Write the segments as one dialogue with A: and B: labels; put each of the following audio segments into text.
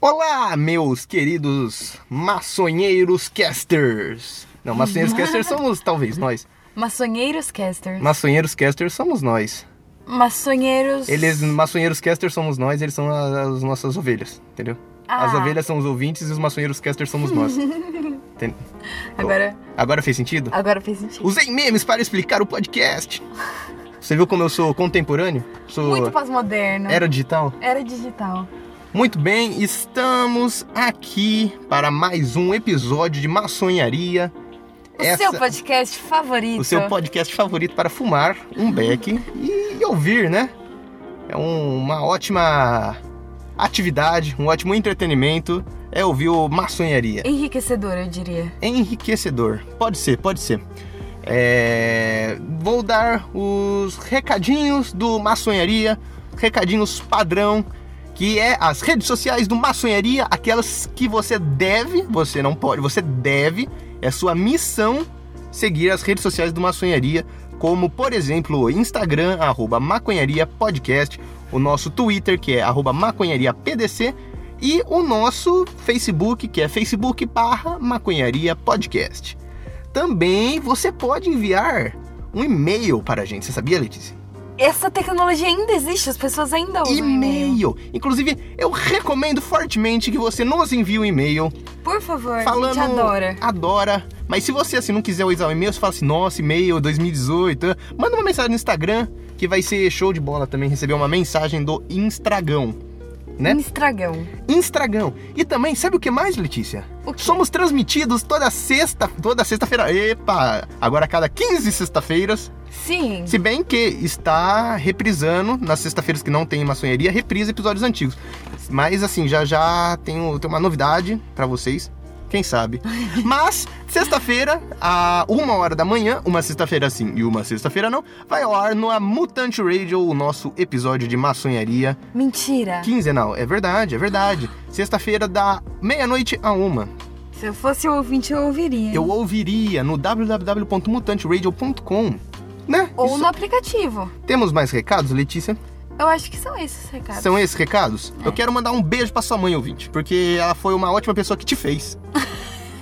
A: Olá, meus queridos maçonheiros casters. Não, maçonheiros casters somos talvez nós.
B: Maçonheiros casters.
A: Maçonheiros casters somos nós.
B: Maçonheiros.
A: Eles, maçonheiros casters somos nós, eles são a- as nossas ovelhas, entendeu? As
B: Ah.
A: ovelhas são os ouvintes e os maçonheiros casters somos nós. Enten-
B: Agora,
A: Agora fez sentido?
B: agora fez sentido.
A: Usei memes para explicar o podcast. Você viu como eu sou contemporâneo? Sou
B: Muito né? pós-moderno.
A: era digital?
B: Era digital.
A: Muito bem, estamos aqui para mais um episódio de maçonharia.
B: O seu podcast favorito.
A: o seu podcast favorito para fumar um beck e ouvir, né? É um- uma ótima atividade, um ótimo entretenimento é ouvir o maçonharia.
B: Enriquecedor, eu diria.
A: Enriquecedor. Pode ser, pode ser. É, Vou dar os recadinhos do Maçonharia, recadinhos padrão, que é as redes sociais do Maçonharia, aquelas que você deve, você não pode, você deve, é sua missão seguir as redes sociais do Maçonharia, como por exemplo o Instagram, arroba Maconharia Podcast, o nosso Twitter, que é arroba Maconharia PDC, e o nosso Facebook, que é Facebook barra Maconharia Podcast. Também você pode enviar um e-mail para a gente, você sabia, Letícia?
B: Essa tecnologia ainda existe, as pessoas ainda usam e-mail.
A: E-mail! Inclusive, eu recomendo fortemente que você nos envie um e-mail
B: Por favor, a
A: falando.
B: gente adora.
A: Adora. Mas se você assim não quiser usar o e-mail, você fala assim, nossa, e-mail 2018. ah, Manda uma mensagem no Instagram, que vai ser show de bola também receber uma mensagem do Instagram. né?
B: Um estragão.
A: Instagram. E também, sabe o que mais, Letícia?
B: O quê?
A: Somos transmitidos toda sexta, toda sexta-feira. Epa! Agora a cada 15 sexta-feiras.
B: Sim.
A: Se bem que está reprisando nas sextas-feiras que não tem maçonharia, reprisa episódios antigos. Mas assim, já já tenho, tenho uma novidade pra vocês. Quem sabe? Mas, sexta-feira, a uma hora da manhã, uma sexta-feira sim e uma sexta-feira não, vai ao ar no Mutante Radio, o nosso episódio de maçonharia
B: Mentira.
A: quinzenal. É verdade, é verdade. Sexta-feira, da meia-noite a uma.
B: Se eu fosse ouvinte, eu ouviria.
A: Eu ouviria no www.mutanteradio.com, né?
B: Ou
A: Isso.
B: no aplicativo.
A: Temos mais recados, Letícia?
B: Eu acho que são esses recados.
A: São esses recados?
B: É.
A: Eu quero mandar um beijo pra sua mãe, ouvinte, porque ela foi uma ótima pessoa que te fez.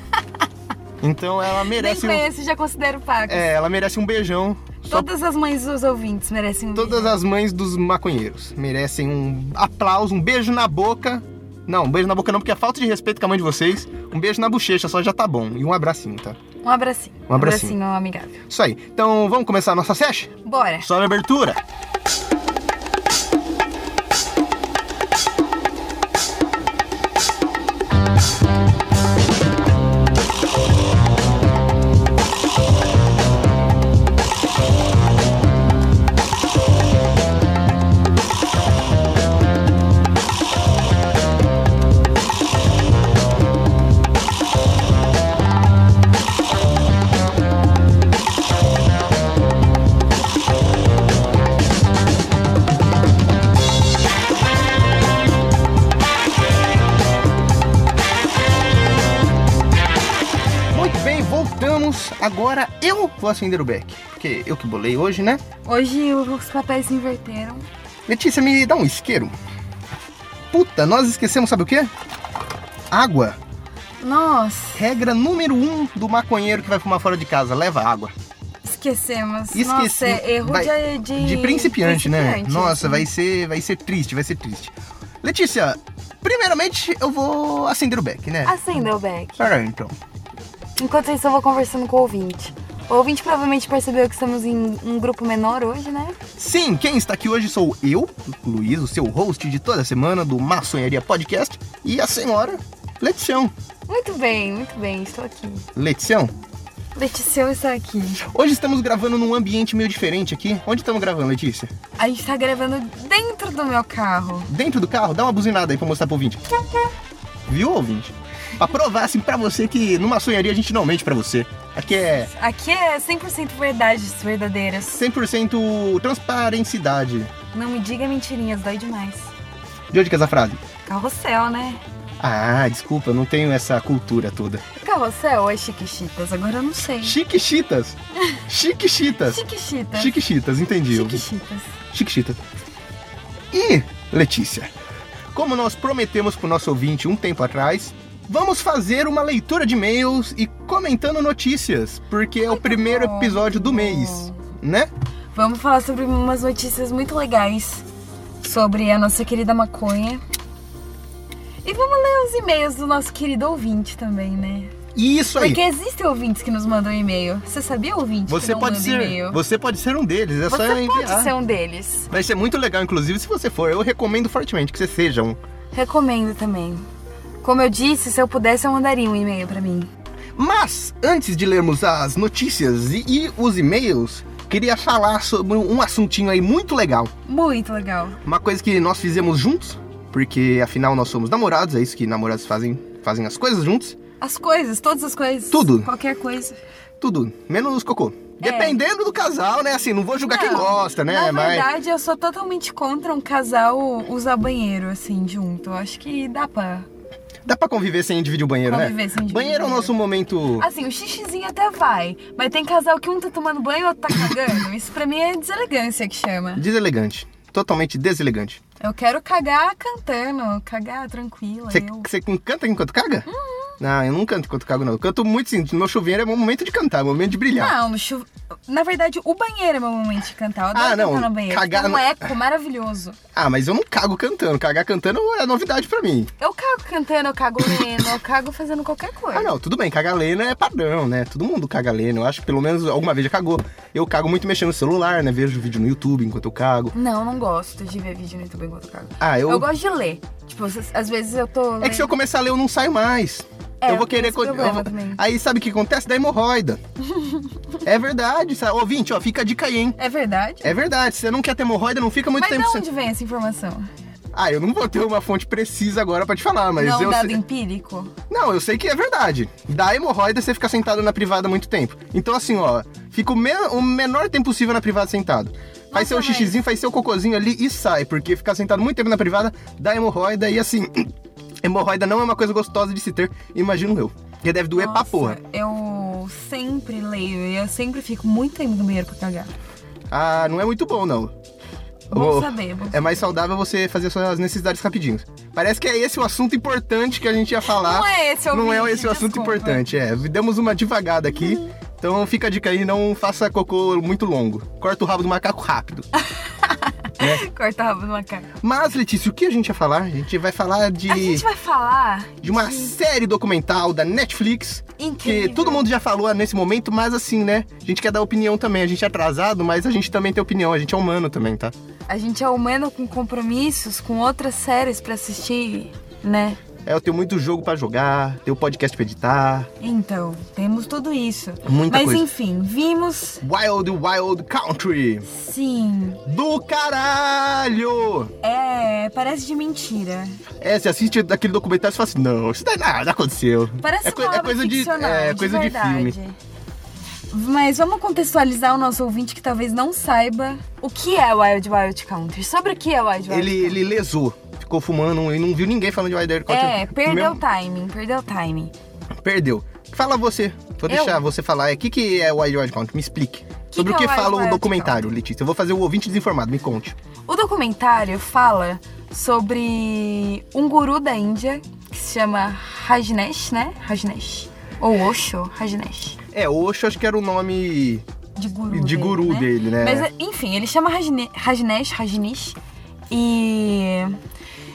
A: então ela
B: Nem
A: merece um,
B: conheço, já considero pago.
A: é, ela merece um beijão. Só
B: Todas as mães dos ouvintes merecem um
A: todas as mães dos maconheiros merecem um aplauso, um beijo na boca. Não, um beijo na boca não, porque é falta de respeito com a mãe de vocês. Um beijo na bochecha só já tá bom. E um abracinho, tá?
B: Um abracinho.
A: Um abracinho.
B: Um abracinho amigável.
A: Isso aí. Então vamos começar a nossa session?
B: Bora.
A: Só na abertura. Muito bem, voltamos. Agora eu vou acender o beck. Porque eu que bolei hoje, né?
B: Hoje os papéis se inverteram.
A: Letícia, me dá um isqueiro. Puta, nós esquecemos, sabe o quê? Água.
B: Nossa,
A: Regra número um do maconheiro que vai fumar fora de casa: leva água.
B: esquecemos.
A: Esqueci.
B: Nossa, é erro
A: Vai-
B: de,
A: De,
B: de...
A: principiante, né?
B: principiante.
A: Nossa, vai ser, vai ser triste, vai ser triste. Letícia, primeiramente eu vou acender o beck, né?
B: Acenda o beck.
A: Pera aí, então.
B: Assim, Enquanto isso, eu vou conversando com o ouvinte. O ouvinte provavelmente percebeu que estamos em um grupo menor hoje, né?
A: Sim, quem está aqui hoje sou eu, Luiz, o seu host de toda semana do Maçonharia Podcast, e a senhora Leticião.
B: Muito bem, muito bem, estou aqui.
A: Leticião,
B: Letícia está aqui.
A: hoje estamos gravando num ambiente meio diferente aqui. Onde estamos gravando, Letícia?
B: A gente tá gravando dentro do meu carro.
A: Dentro do carro? Dá uma buzinada aí pra mostrar pro ouvinte. Viu, ouvinte? Pra provar, assim, pra você que numa sonharia a gente não mente pra você. Aqui é
B: Aqui é 100% verdades verdadeiras.
A: 100% transparencidade.
B: Não me diga mentirinhas, dói demais.
A: De onde que é essa frase?
B: Carrossel, né?
A: Ah, desculpa, eu não tenho essa cultura toda.
B: Carrossel ou é Chiquititas? Agora eu não sei.
A: Chiquichitas! Chiquichitas!
B: Chiquititas.
A: Chiquichitas, entendi. ouvinte.
B: Chiquititas.
A: Chiquitita. E, Letícia, Como nós prometemos para o nosso ouvinte um tempo atrás, vamos fazer uma leitura de e-mails e comentando notícias, porque é o
B: Muito
A: primeiro
B: tá bom,
A: episódio do
B: muito
A: mês, né?
B: Vamos falar sobre umas notícias muito legais sobre a nossa querida maconha. E vamos ler os e-mails do nosso querido ouvinte também, né?
A: E isso aí.
B: Porque existem ouvintes que nos mandam e-mail. Você sabia, ouvinte, que
A: Você
B: não
A: pode
B: manda
A: ser,
B: e-mail?
A: você pode ser um deles, é só
B: Você
A: enviar.
B: pode ser um deles.
A: Vai ser muito legal, inclusive, se você for. Eu recomendo fortemente que você seja um.
B: Recomendo também. Como eu disse, se eu pudesse, eu mandaria um e-mail pra mim.
A: Mas, antes de lermos as notícias e, e os e-mails, queria falar sobre um assuntinho aí muito legal.
B: Muito legal.
A: Uma coisa que nós fizemos juntos, porque afinal nós somos namorados, é isso que namorados fazem, fazem as coisas juntos.
B: As coisas, todas as coisas.
A: Tudo.
B: Qualquer coisa.
A: Tudo, menos cocô.
B: É.
A: Dependendo do casal, né? Assim, não vou julgar quem
B: Não,
A: gosta, né?
B: Na
A: Mas
B: verdade, eu sou totalmente contra um casal usar banheiro, assim, junto. Eu acho que dá pra
A: dá pra conviver sem dividir o banheiro, né?
B: conviver sem dividir
A: Banheiro é o nosso momento.
B: Assim, o xixizinho até vai. Mas tem casal que um tá tomando banho e o outro tá cagando. Isso pra mim é deselegância que chama.
A: Deselegante. Totalmente deselegante.
B: Eu quero cagar cantando, cagar tranquila.
A: Você
B: eu... Uhum.
A: você canta enquanto caga? Não, eu não canto enquanto cago, não. Eu canto muito sim. No meu chuveiro é o momento de cantar, é o momento de brilhar.
B: Não, no chu... na verdade, o banheiro é meu momento de cantar. Eu adoro
A: Ah, não, é-
B: cantar no banheiro.
A: cagar
B: Tem um
A: no-
B: eco maravilhoso.
A: Ah, mas eu não cago cantando. Cagar cantando é novidade pra mim.
B: Eu cago cantando, eu cago lendo, eu cago fazendo qualquer coisa.
A: Ah, não, tudo bem. Cagar lendo é padrão, né? Todo mundo caga lendo. Eu acho que pelo menos alguma vez já cagou. Eu cago muito mexendo no celular, né? Vejo vídeo no YouTube enquanto eu cago.
B: Não, não gosto de ver vídeo no YouTube enquanto eu cago.
A: Ah, eu.
B: Eu gosto de ler. Tipo, às- às vezes eu tô.
A: É que se eu começar a ler, eu não saio mais.
B: É,
A: eu vou
B: eu tenho
A: querer.
B: esse
A: co- eu
B: problema
A: vou-
B: também.
A: Aí sabe o que acontece? Da hemorroida. é verdade. Sabe? Ouvinte, ó, fica a dica aí, hein?
B: É verdade?
A: É verdade. Se você não quer ter hemorroida, não fica muito
B: Mas
A: tempo
B: de
A: sem.
B: onde vem essa informação?
A: Ah, eu não vou ter uma fonte precisa agora pra te falar, mas
B: não, é um
A: eu
B: dado
A: sei...
B: empírico?
A: Não, eu sei que é verdade. Dá hemorroida você ficar sentado na privada muito tempo. Então assim, ó, fica o, me- o menor tempo possível na privada sentado. Faz
B: Nossa,
A: seu
B: mas-
A: xixizinho, faz seu cocôzinho ali e sai, porque ficar sentado muito tempo na privada dá hemorroida e assim, hemorroida não é uma coisa gostosa de se ter, imagino eu. Porque deve doer pra
B: Nossa,
A: porra.
B: Eu sempre leio e eu sempre fico muito tempo no banheiro pra cagar.
A: Ah, não é muito bom não.
B: Bom
A: Ô,
B: saber, bom
A: É mais saudável você fazer suas necessidades rapidinho. Parece que é esse o assunto importante que a gente ia falar.
B: Não é esse o
A: Não é
B: ouvinte,
A: esse o assunto
B: desculpa.
A: importante, é. Demos uma divagada aqui. Então fica a dica aí, não faça cocô muito longo. Corta o rabo do macaco rápido. É.
B: Corta o rabo do macaco.
A: Mas, Letícia, o que a gente ia falar? A gente vai falar de,
B: A gente vai falar
A: de uma série documental da Netflix. Que
B: incrível.
A: todo mundo já falou nesse momento, mas assim, né? A gente quer dar opinião também. A gente é atrasado, mas a gente também tem opinião. A gente é humano também, tá?
B: A gente é humano com compromissos, com outras séries pra assistir, né?
A: É, eu tenho muito jogo pra jogar, tenho podcast pra editar,
B: Então, temos tudo isso.
A: muita
B: Mas
A: coisa.
B: enfim, vimos
A: Wild Wild Country.
B: sim.
A: Do caralho!
B: É, parece de mentira.
A: É, você assiste aquele documentário e fala assim, não, isso daí nada aconteceu.
B: Parece
A: é, coi- é
B: palavra
A: coisa de
B: ficcional,
A: É coisa de,
B: verdade.
A: filme.
B: Mas vamos contextualizar o nosso ouvinte que talvez não saiba o que é Wild Wild Country. Sobre o que é Wild Wild
A: Ele,
B: Country.
A: ele lesou, ficou fumando e não viu ninguém falando de Wild Air Country.
B: É, perdeu o
A: Mesmo-
B: timing, perdeu o timing.
A: Perdeu. Fala você, vou
B: Eu?
A: deixar você falar. O que, que é Wild Wild Country? Me explique. Sobre o
B: que é
A: que
B: Wild
A: fala o
B: Wild
A: documentário, Letícia. Eu vou fazer o ouvinte desinformado, me conte.
B: O documentário fala sobre um guru da Índia que se chama Rajneesh, né? Rajneesh. Ou Osho, Rajneesh.
A: É, Osho acho que era o nome
B: De guru
A: de
B: dele,
A: guru
B: né?
A: dele, né?
B: Mas enfim, ele chama Rajne- Rajneesh, Rajneesh e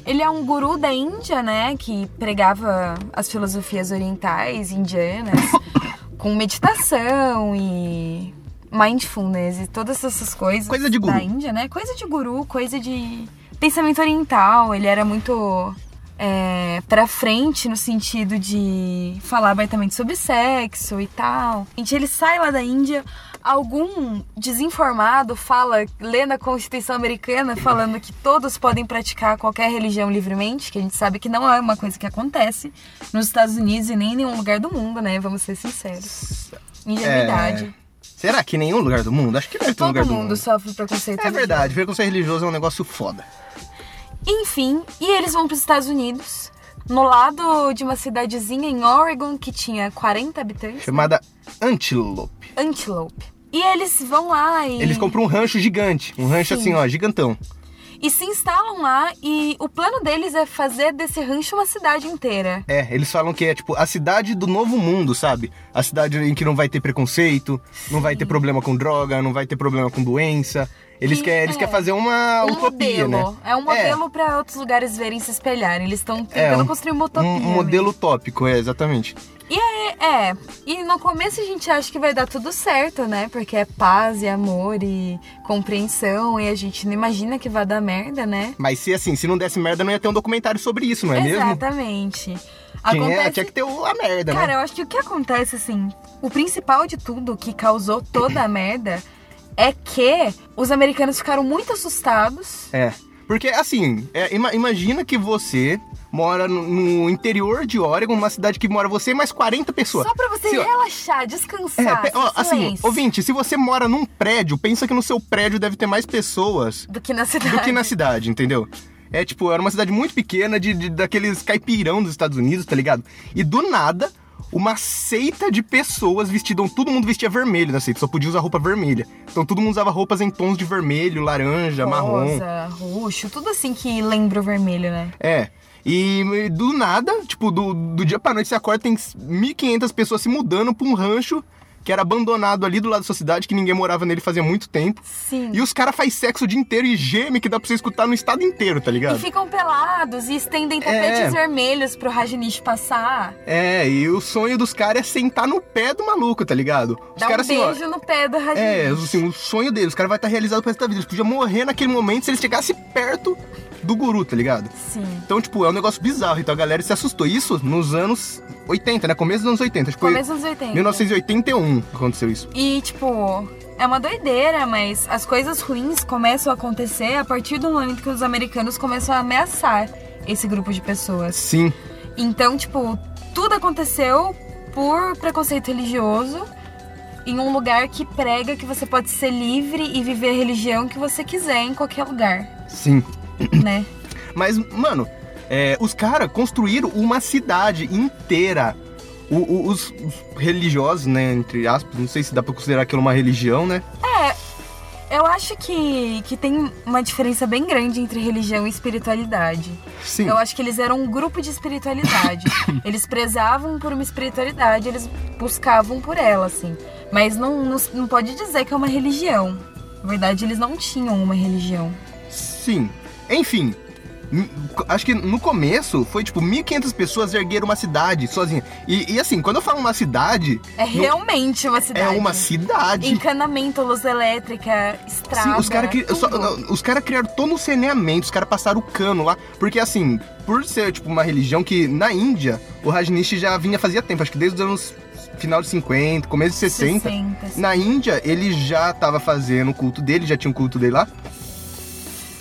B: ele é um guru da Índia, né, que pregava as filosofias orientais, indianas, com meditação e mindfulness e todas essas coisas
A: Coisa de
B: da
A: guru.
B: Índia, né? Coisa de guru, coisa de pensamento oriental. Ele era muito é, pra frente no sentido de falar abertamente sobre sexo e tal. Gente, ele sai lá da Índia, algum desinformado fala, lê na Constituição Americana falando que todos podem praticar qualquer religião livremente, que a gente sabe que não é uma coisa que acontece nos Estados Unidos e nem em nenhum lugar do mundo, né? Vamos ser sinceros. Ingenuidade.
A: É, Será que em nenhum lugar do mundo? Acho que deve ter um
B: Todo
A: lugar do
B: mundo,
A: mundo.
B: sofre preconceito.
A: É
B: religioso.
A: verdade, preconceito religioso é um negócio foda.
B: Enfim, e eles vão para os Estados Unidos, no lado de uma cidadezinha em Oregon que tinha 40 habitantes, né?
A: Chamada Antelope.
B: Antelope. E eles vão lá e
A: Eles compram um rancho gigante. Um rancho
B: Sim.
A: assim, ó, gigantão.
B: E se instalam lá e o plano deles é fazer desse rancho uma cidade inteira.
A: É, eles falam que é tipo a cidade do novo mundo, sabe? A cidade em que não vai ter preconceito, não vai ter problema com droga, não vai ter problema com doença. Eles,
B: Que-
A: quer, eles
B: é.
A: querem fazer uma
B: um
A: utopia,
B: modelo.
A: né?
B: É um modelo pra outros lugares verem e se espelharem. Eles estão
A: É,
B: tentando
A: um-
B: construir uma utopia. né?
A: Um, um modelo utópico, é, exatamente.
B: É, e no começo a gente acha que vai dar tudo certo, né? Porque é paz e amor e compreensão e a gente não imagina que vai dar merda, né?
A: Mas se assim, se não desse merda, não ia ter um documentário sobre isso, não é mesmo?
B: Exatamente.
A: Quem é,
B: Acontece...
A: tinha que ter o- a merda,
B: Cara,
A: né?
B: eu acho que o que acontece, assim, o principal de tudo que causou toda a merda é que os americanos ficaram muito assustados.
A: É. Porque assim, é, ima- imagina que você mora no, no interior de Oregon, uma cidade que mora você e mais 40 pessoas.
B: Só pra você
A: Se-
B: relaxar,
A: É,
B: descansar,
A: pe- ó,
B: silêncio,
A: assim, ouvinte, se você mora num prédio, pensa que no seu prédio deve ter mais pessoas
B: do que na cidade.
A: do que na cidade, entendeu? É tipo, era uma cidade muito pequena, de, de- daqueles caipirão dos Estados Unidos, tá ligado? E do nada, uma seita de pessoas vestidas, todo mundo vestia vermelho na seita, só podia usar roupa vermelha. Então todo mundo usava roupas em tons de vermelho, laranja, é marrom.
B: Rosa, roxo, tudo assim que lembra o vermelho, né?
A: É. E e do nada, tipo, do, do dia pra noite você acorda, tem 1.500 pessoas se mudando pra um rancho que era abandonado ali do lado da sua cidade, que ninguém morava nele fazia muito tempo.
B: Sim.
A: E os caras fazem sexo o dia inteiro e geme que dá pra você escutar no estado inteiro, tá
B: E
A: ligado?
B: ficam pelados e estendem tapetes vermelhos pro Rajnish passar.
A: É, e o sonho dos caras é sentar no pé do maluco, tá ligado? Os
B: Dá um
A: caras assim, ó.
B: beijo no pé do Rajnish.
A: É, assim, o sonho deles, os caras vai estar realizado pro resto da vida. Eles podiam morrer naquele momento se eles chegassem perto do guru, tá ligado?
B: Sim.
A: Então, tipo, é um negócio bizarro. Então a galera se assustou. Isso nos anos 80, né? Começo dos anos 80. Acho que foi
B: Começo dos 80.
A: 1981 que aconteceu isso.
B: E, tipo, é uma doideira, mas as coisas ruins começam a acontecer a partir do momento que os americanos começam a ameaçar esse grupo de pessoas.
A: Sim.
B: Então, tipo, tudo aconteceu por preconceito religioso em um lugar que prega que você pode ser livre e viver a religião que você quiser em qualquer lugar,
A: Sim.
B: né?
A: Mas, mano, é, os caras construíram uma cidade inteira. O- o- os, os religiosos, né? Entre aspas, não sei se dá pra considerar aquilo uma religião, né?
B: Eu acho que, que tem uma diferença bem grande entre religião e espiritualidade.
A: Sim.
B: Eu acho que eles eram um grupo de espiritualidade. eles prezavam por uma espiritualidade, eles buscavam por ela, assim. Mas não, não, não pode dizer que é uma religião. Na verdade, eles não tinham uma religião.
A: Sim. Enfim. m- Acho que no começo foi tipo 1.500 pessoas ergueram uma cidade sozinha. E, e assim, quando eu falo uma cidade,
B: É realmente uma cidade.
A: é uma cidade.
B: Encanamento, luz elétrica, estrada.
A: Sim, os caras cri...
B: tudo.
A: só- não, os cara criaram todo um saneamento, os caras passaram o cano lá. Porque assim, por ser tipo uma religião que na Índia, o Rajnish já vinha fazia tempo, acho que desde os anos final de 50, começo de 60.
B: 60, assim.
A: Na Índia, ele já tava fazendo o culto dele, já tinha um culto dele lá.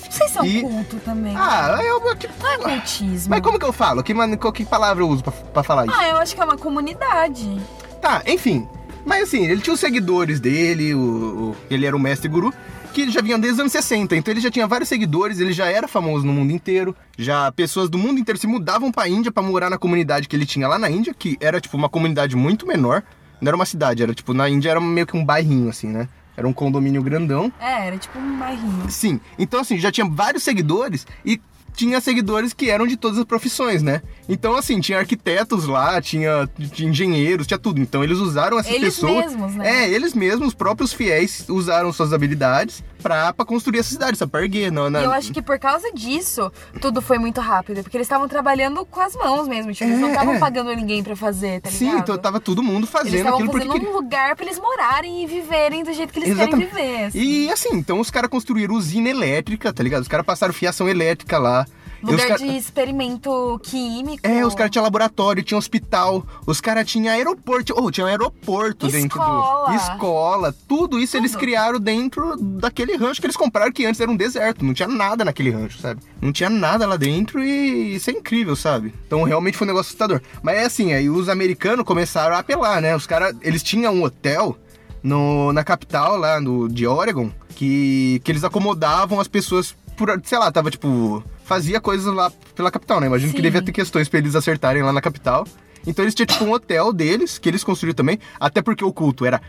B: Não sei se é um
A: E-
B: culto também.
A: Ah, eu. que-
B: não é cultismo.
A: Mas como que eu falo? Que, man- que palavra eu uso pra, pra falar isso?
B: Ah, eu acho que é uma comunidade.
A: Tá, enfim. Mas assim, ele tinha os seguidores dele, o, o- ele era o mestre guru, que já vinha desde os anos 60. Então ele já tinha vários seguidores, ele já era famoso no mundo inteiro. Já pessoas do mundo inteiro se mudavam pra Índia pra morar na comunidade que ele tinha lá na Índia, que era tipo uma comunidade muito menor. Não era uma cidade, era tipo, na Índia era meio que um bairrinho, assim, né? Era um condomínio grandão.
B: É, era tipo um bairrinho.
A: Sim, então assim, já tinha vários seguidores e tinha seguidores que eram de todas as profissões, né? Então assim, tinha arquitetos lá, tinha, tinha engenheiros, tinha tudo. Então eles usaram essas
B: Eles
A: pessoas.
B: mesmos, né?
A: É, eles mesmos, os próprios fiéis, usaram suas habilidades pra, pra construir essa cidade, essa parguer, não,
B: E eu acho que por causa disso, tudo foi muito rápido. Porque eles estavam trabalhando com as mãos mesmo. Tipo, eles não
A: É,
B: estavam
A: é.
B: pagando ninguém pra fazer, tá
A: Sim,
B: ligado?
A: então tava todo mundo
B: Eles
A: fazendo
B: estavam
A: aquilo porque
B: fazendo
A: queria.
B: um lugar pra eles morarem e viverem do jeito que eles
A: Exatamente.
B: querem viver. assim.
A: E assim, então os caras construíram usina elétrica, tá ligado? Os caras passaram fiação elétrica lá. E os
B: Lugar
A: cara-
B: de experimento químico.
A: É, os caras tinham laboratório, tinha hospital, os caras tinham aeroporto, ou tinha um aeroporto dentro do.
B: Escola.
A: Escola. Tudo isso eles
B: Tudo.
A: criaram dentro daquele rancho que eles compraram, que antes era um deserto. Não tinha nada naquele rancho, sabe? Não tinha nada lá dentro e isso é incrível, sabe? Então realmente foi um negócio assustador. Mas é assim, aí os americanos começaram a apelar, né? Os caras, eles tinham um hotel no, na capital lá no, de Oregon que, que eles acomodavam as pessoas por, sei lá, tava tipo. Fazia coisas lá pela capital, né? Imagino que
B: Sim.
A: devia ter questões pra eles acertarem lá na capital. Então eles tinham tipo um hotel deles, que eles construíram também, até porque o culto era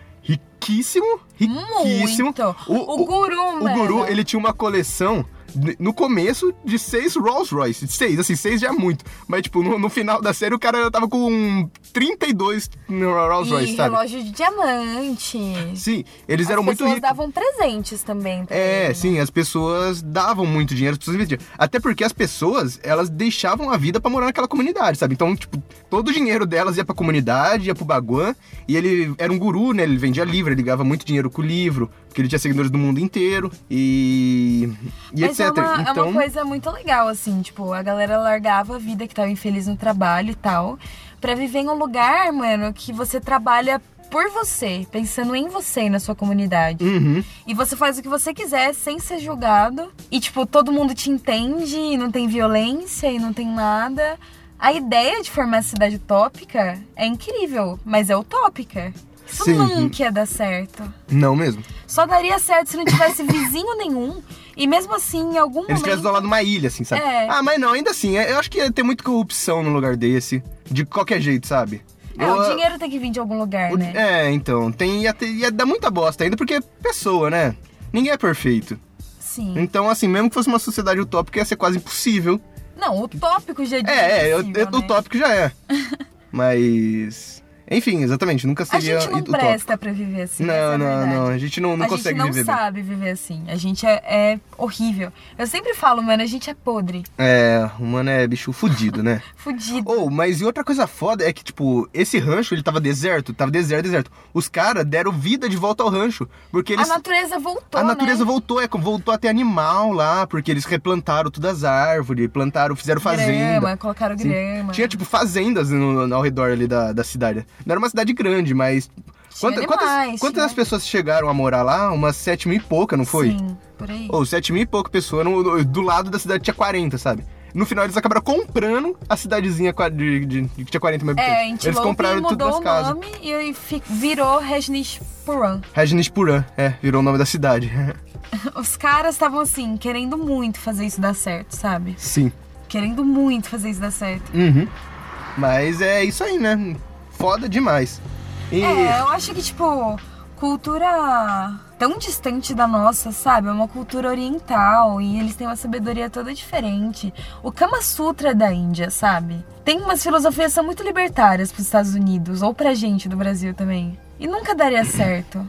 A: riquíssimo, riquíssimo.
B: Muito.
A: O-
B: O,
A: o-
B: guru,
A: O
B: mano.
A: Guru, ele tinha uma coleção n- no começo de seis Rolls Royce. De seis, assim, seis já é muito. Mas, tipo, no, no final da série o cara já tava com um 32 Rolls Royce,
B: E
A: é sabe?
B: relógio de diamante.
A: Sim, eles
B: As
A: eram muito
B: pessoas
A: ricos.
B: davam presentes também. pra
A: É,
B: ele.
A: sim, as pessoas davam muito dinheiro, as pessoas investiam. Até porque as pessoas, elas deixavam a vida pra morar naquela comunidade, sabe? Então, tipo, todo o dinheiro delas ia pra comunidade, ia pro Baguan, e ele era um guru, né? Ele vendia livro, ele ganhava muito dinheiro com o livro, porque ele tinha seguidores do mundo inteiro, e. e
B: Mas
A: etc.
B: é, uma, é
A: então,
B: uma coisa muito legal, assim, tipo, a galera largava a vida que tava infeliz no trabalho e tal, pra viver em um lugar, mano, que você trabalha por você, pensando em você e na sua comunidade.
A: Uhum.
B: E você faz o que você quiser sem ser julgado. E, tipo, todo mundo te entende, e não tem violência e não tem nada. A ideia de formar a cidade utópica é incrível, mas é utópica. Isso
A: Sim.
B: nunca ia dar certo.
A: Não mesmo.
B: Só daria certo se não tivesse vizinho nenhum. E mesmo assim, em algum
A: Eles tivessem
B: momento.
A: isolado uma ilha, assim, sabe?
B: É.
A: Ah, mas não, ainda assim, eu acho que ia ter muita corrupção num lugar desse. De qualquer jeito, sabe?
B: É,
A: Eu- ah,
B: o dinheiro tem que vir de algum lugar,
A: O-
B: né?
A: É, então, tem, ia, ter- ia dar muita bosta ainda, porque é pessoa, né? Ninguém é perfeito.
B: Sim.
A: Então, assim, mesmo que fosse uma sociedade utópica, ia ser quase impossível.
B: Não, utópico já diz
A: É, é, eu-
B: impossível,
A: eu-
B: né?
A: utópico já é. Mas. Enfim, exatamente, nunca
B: A
A: seria
B: gente não
A: utópico.
B: presta pra viver assim. essa é
A: não,
B: a
A: não,
B: verdade.
A: não, a gente não, não
B: a
A: consegue
B: gente não
A: viver. bem.
B: sabe viver assim. A gente é, é horrível. Eu sempre falo, mano, a gente é podre,
A: É, o mano é bicho fudido, né?
B: fudido.
A: Ou, mas e outra coisa foda é que, tipo, esse rancho, ele tava deserto, tava deserto, deserto. Os caras deram vida de volta ao rancho, porque eles...
B: A natureza voltou,
A: A natureza
B: né?
A: voltou, é, voltou até animal lá, porque eles replantaram todas as árvores, plantaram, fizeram fazenda.
B: Grama, colocaram
A: Sim.
B: grama.
A: Tinha, tipo, fazendas no- no- ao redor ali da, da cidade. Não era uma cidade grande, mas.
B: Tinha
A: quanta-
B: animais,
A: quantas quantas
B: tinha-
A: pessoas chegaram a morar lá? Umas sete mil e pouca, não foi?
B: Sim, por aí.
A: Ou sete mil e pouca pessoas. no- no- do lado da cidade tinha 40, sabe? No final eles acabaram comprando a cidadezinha qua- de- de- que tinha 40 mil
B: É,
A: habitantes. Eles
B: Antilope
A: compraram
B: mudou
A: todas as
B: o
A: casas.
B: nome e aí fi- virou Rajnishpuram.
A: Rajnishpuram, é, virou o nome da cidade.
B: Os caras estavam assim, querendo muito fazer isso dar certo, sabe?
A: Sim.
B: Querendo muito fazer isso dar certo.
A: Uhum. Mas é isso aí, né? Foda demais. E
B: É, eu acho que, tipo, cultura tão distante da nossa, sabe? É uma cultura oriental e eles têm uma sabedoria toda diferente. O Kama Sutra da Índia, sabe? Tem umas filosofias que são muito libertárias pros Estados Unidos ou pra gente do Brasil também. E nunca daria certo.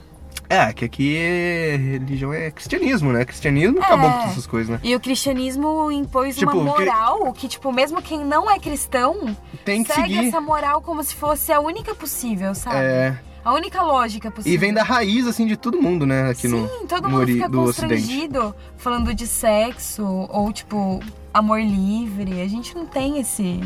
A: é, que aqui é- religião é cristianismo, né? Cristianismo acabou
B: É.
A: com todas essas coisas, né?
B: E o cristianismo impôs
A: Tipo,
B: uma
A: cri-
B: moral que, tipo, mesmo quem não é cristão
A: Tem que
B: segue
A: seguir.
B: essa moral como se fosse a única possível, sabe?
A: É,
B: A única lógica possível.
A: e vem da raiz, assim, de todo mundo, né? Aqui
B: Sim,
A: no.
B: todo
A: no
B: mundo
A: ori-
B: fica
A: do Ocidente.
B: constrangido falando de sexo ou, tipo, amor livre. A gente não tem esse,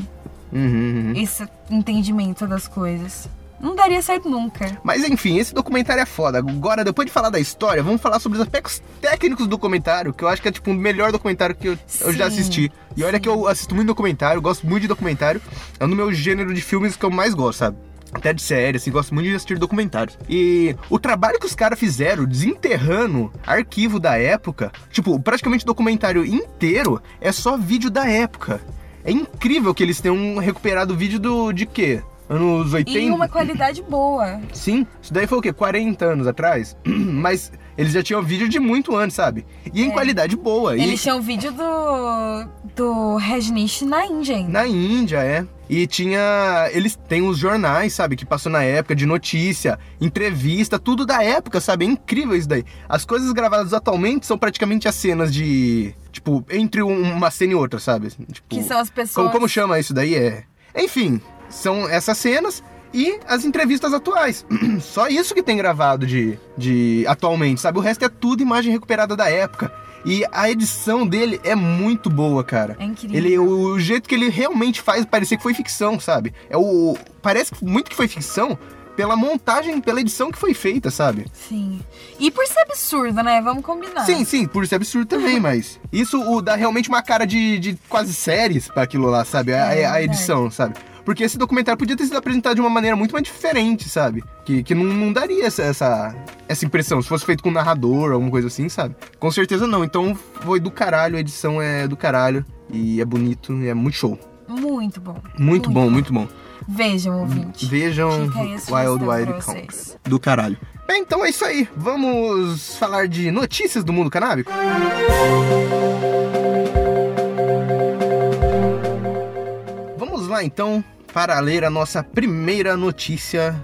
A: Uhum, uhum.
B: esse entendimento das coisas. Não daria certo nunca.
A: Mas enfim, esse documentário é foda. Agora, depois de falar da história, vamos falar sobre os aspectos técnicos do documentário, que eu acho que é tipo o melhor documentário que eu, eu já
B: Sim,
A: assisti. E olha
B: sim.
A: que eu assisto muito documentário, gosto muito de documentário. É um do meu gênero de filmes que eu mais gosto, sabe? Até de série, assim, gosto muito de assistir documentários. E o trabalho que os caras fizeram desenterrando arquivo da época, tipo, praticamente o documentário inteiro é só vídeo da época. É incrível que eles tenham recuperado vídeo do, de quê? Anos 80?
B: E uma qualidade boa.
A: Sim, isso daí foi o quê? 40 anos atrás? Mas eles já tinham vídeo de muito antes, sabe? E em
B: É.
A: qualidade boa.
B: Eles
A: E
B: tinham vídeo do, do Rajneesh na Índia ainda.
A: na Índia, é. E tinha. Eles têm os jornais, sabe? Que passou na época, de notícia, entrevista, tudo da época, sabe? É incrível isso daí. As coisas gravadas atualmente são praticamente as cenas de. Tipo, entre um- uma cena e outra, sabe? Tipo,
B: Que são as pessoas...
A: Como, como chama isso daí? É. Enfim, são essas cenas e as entrevistas atuais. Só isso que tem gravado de, de atualmente, sabe? O resto é tudo imagem recuperada da época. E a edição dele é muito boa, cara.
B: É incrível.
A: Ele, um- o jeito que ele realmente faz parecer que foi ficção, sabe? É o parece que muito que foi ficção pela montagem, pela edição que foi feita, sabe?
B: Sim. E por ser absurdo, né? Vamos combinar.
A: Sim, sim, por ser absurdo também, mas isso o, dá realmente uma cara de, de quase séries pra aquilo lá, sabe? A,
B: É,
A: a- a edição, sabe? Porque esse documentário podia ter sido apresentado de uma maneira muito mais diferente, sabe? Que, que não, não daria essa, essa, essa impressão. Se fosse feito com um narrador, alguma coisa assim, sabe? Com certeza não. Então foi do caralho, a edição é do caralho. E é bonito, e é muito show.
B: Muito bom.
A: Muito, bom, muito bom.
B: Vejam, ouvinte.
A: Vejam
B: Fica aí a sugestão
A: Wild
B: pra
A: Wild Country.
B: vocês.
A: Do caralho. Bem, então é isso aí. Vamos falar de notícias do mundo canábico? Vamos lá então para ler a nossa primeira notícia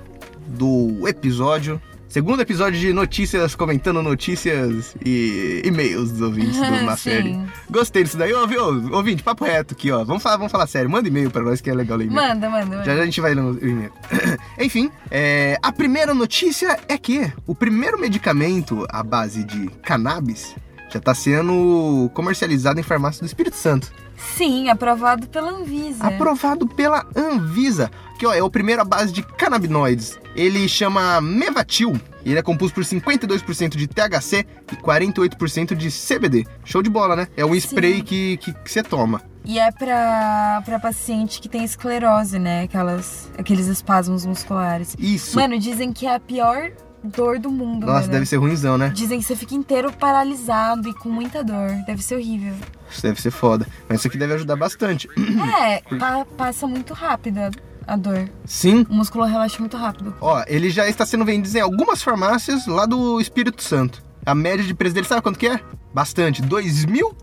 A: do episódio. Segundo episódio de notícias, comentando notícias e e-mails dos ouvintes do, na série.
B: Sim.
A: Gostei disso daí, ouvi, ouvi- ouvinte, papo reto aqui, ó. Vamos falar, vamos falar sério. Manda e-mail pra nós que é legal ler e-mail.
B: Manda, manda, manda.
A: Já, já a gente vai no e-mail. Enfim, é, a primeira notícia é que o primeiro medicamento à base de cannabis já está sendo comercializado em farmácia do Espírito Santo.
B: Sim, aprovado pela Anvisa.
A: Aprovado pela Anvisa, que ó, é o primeiro à base de canabinoides. Ele chama Mevatil. e Ele é composto por 52% de THC e 48% de CBD. Show de bola, né? É um spray
B: Sim.
A: que, que, que você toma.
B: E é pra, pra paciente que tem esclerose, né? Aquelas, aqueles espasmos musculares.
A: Isso.
B: Mano, dizem que é a pior dor do mundo.
A: Nossa,
B: mano.
A: deve ser ruimzão, né?
B: Dizem que você fica inteiro paralisado e com muita dor. Deve ser horrível.
A: Isso deve ser foda. Mas isso aqui deve ajudar bastante.
B: É, pa- passa muito rápido a, a dor.
A: Sim.
B: O músculo relaxa muito rápido.
A: Ó, ele já está sendo vendido em algumas farmácias lá do Espírito Santo. A média de preço dele, sabe quanto que é? Bastante. R$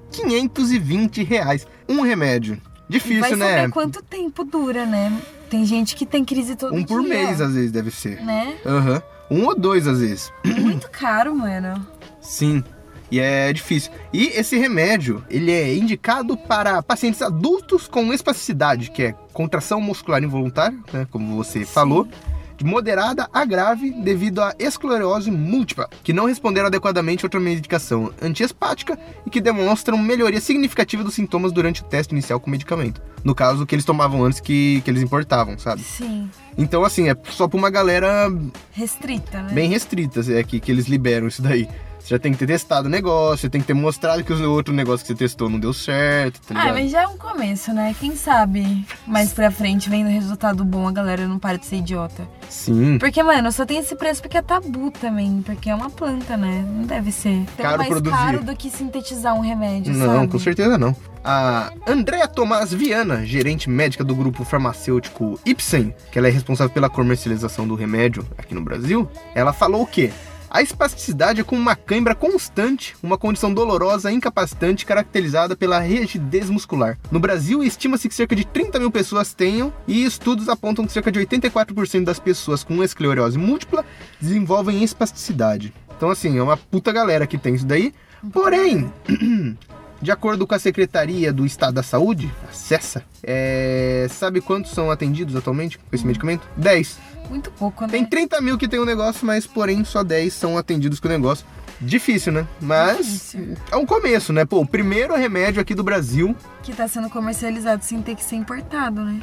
A: 2.520 reais. Um remédio.
B: e vai
A: Difícil, né?
B: saber quanto tempo dura, né? Tem gente que é. tem crise todo
A: Um por
B: dia,
A: mês, às vezes, deve ser.
B: Né?
A: Aham. Um ou dois, às vezes.
B: Muito caro, mano.
A: Sim. E é difícil. E esse remédio, ele é indicado para pacientes adultos com espasticidade, que é contração muscular involuntária, né, como você
B: Sim.
A: falou, de moderada a grave devido à esclerose múltipla, que não responderam adequadamente a outra medicação antiespática e que demonstram melhoria significativa dos sintomas durante o teste inicial com o medicamento. No caso, que eles tomavam antes que, que eles importavam, sabe?
B: Sim.
A: Então, assim, é só pra uma galera
B: Restrita, né?
A: bem restritas é que, que eles liberam isso daí. Você já tem que ter testado o negócio, você tem que ter mostrado que o outro negócio que você testou não deu certo, tá
B: Ah,
A: ligado?
B: mas já é um começo, né? Quem sabe mais pra frente, vendo resultado bom, a galera não para de ser idiota.
A: Sim.
B: Porque, mano, só tem esse preço porque é tabu também. Porque é uma planta, né? Não deve ser tão
A: Caro
B: mais
A: produzir.
B: caro do que sintetizar um remédio,
A: Não,
B: sabe?
A: com certeza não. A Andrea Tomás Viana, gerente médica do grupo farmacêutico Ipsen, que ela é responsável pela comercialização do remédio aqui no Brasil, ela falou o quê? A espasticidade é como uma cãibra constante, uma condição dolorosa e incapacitante caracterizada pela rigidez muscular. No Brasil, estima-se que cerca de 30 mil pessoas tenham, e estudos apontam que cerca de 84% das pessoas com esclerose múltipla desenvolvem espasticidade. Então, assim, é uma puta galera que tem isso daí. Porém, de acordo com a Secretaria do Estado da Saúde, a CESA, é, sabe quantos são atendidos atualmente com esse medicamento? 10.
B: Muito pouco, né?
A: Tem 30 mil que tem o negócio, mas porém só 10 são atendidos com o negócio. Difícil, né? Mas
B: Difícil.
A: é um começo, né? Pô, o primeiro remédio aqui do Brasil,
B: Que tá sendo comercializado sem ter que ser importado, né?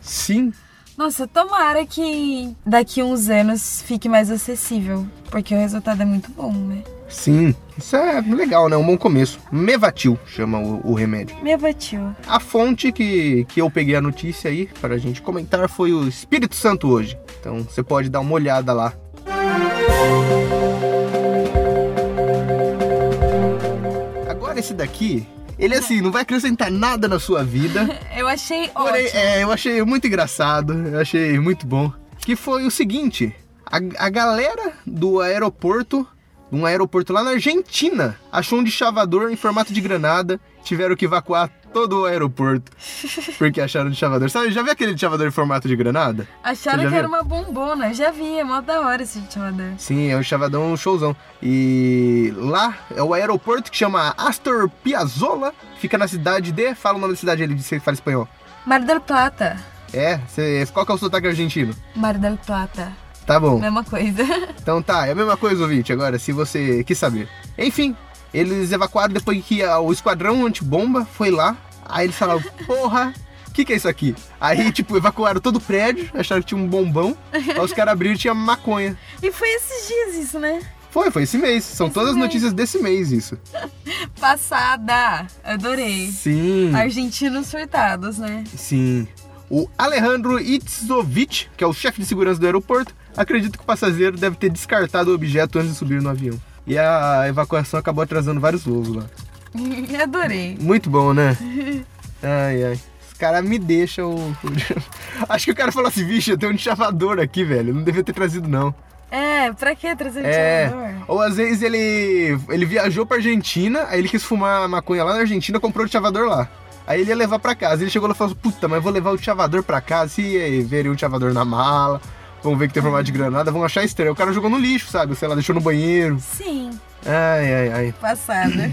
A: sim,
B: Nossa, tomara que daqui uns anos fique mais acessível. Porque o resultado é muito bom, né?
A: sim. Isso é legal, né? Um bom começo. Mevatil chama o, o remédio.
B: Me abatiu.
A: A fonte que, que eu peguei a notícia aí para a gente comentar foi o Espírito Santo hoje. Então você pode dar uma olhada lá. Agora esse daqui, ele assim, não vai acrescentar nada na sua vida.
B: Eu achei
A: Porém,
B: ótimo.
A: é, eu achei muito engraçado, eu achei muito bom. Que foi o seguinte: a, a galera do aeroporto, de um aeroporto lá na Argentina, achou um deschavador em formato de granada, tiveram que evacuar todo o aeroporto porque acharam um deschavador. Sabe, já viu aquele deschavador em formato de granada?
B: Acharam
A: Você
B: que
A: já
B: era
A: viu?
B: uma bombona. Eu já vi, é mó da hora esse ventilador.
A: Sim, é um chavadão showzão. E lá é o aeroporto que chama Astor Piazzolla, fica na cidade de. Fala o nome da cidade ele disse que fala espanhol.
B: Mar del Plata.
A: É, cê- qual que é o sotaque argentino?
B: Mar del Plata.
A: Tá bom.
B: Mesma coisa.
A: Então tá, é a mesma coisa, ouvinte, agora, se você quis saber. Enfim, eles evacuaram depois que a- o esquadrão antibomba foi lá. Aí eles falaram, porra, o que, que é isso aqui? Aí, tipo, evacuaram todo o prédio, acharam que tinha um bombão. Aí os caras abriram e tinha maconha.
B: E foi esses dias isso, né?
A: Foi, foi esse mês. São
B: Esse
A: todas as
B: mês.
A: notícias desse mês, isso.
B: Passada. Adorei.
A: Sim.
B: Argentinos surtados, né?
A: Sim. O Alejandro Itzovic, que é o chefe de segurança do aeroporto, acredita que o passageiro deve ter descartado o objeto antes de subir no avião. E a evacuação acabou atrasando vários voos lá.
B: Adorei.
A: Muito bom, né? Ai, ai. Os cara me deixa o. o- Acho que o cara falou assim, vixe, eu tenho um chavador aqui, velho. Não devia ter trazido, não.
B: É, pra que trazer
A: É.
B: ventilador?
A: Ou às vezes ele. ele viajou pra Argentina, aí ele quis fumar maconha lá na Argentina, comprou o chavador lá. Aí ele ia levar pra casa. Ele chegou lá e falou: puta, mas vou levar o chavador pra casa. E aí, verem o um chavador na mala. Vão ver que tem formato de granada, vão achar estranho. O cara jogou no lixo, sabe? Sei lá, deixou no banheiro.
B: Sim,
A: Ai, ai, ai.
B: passada.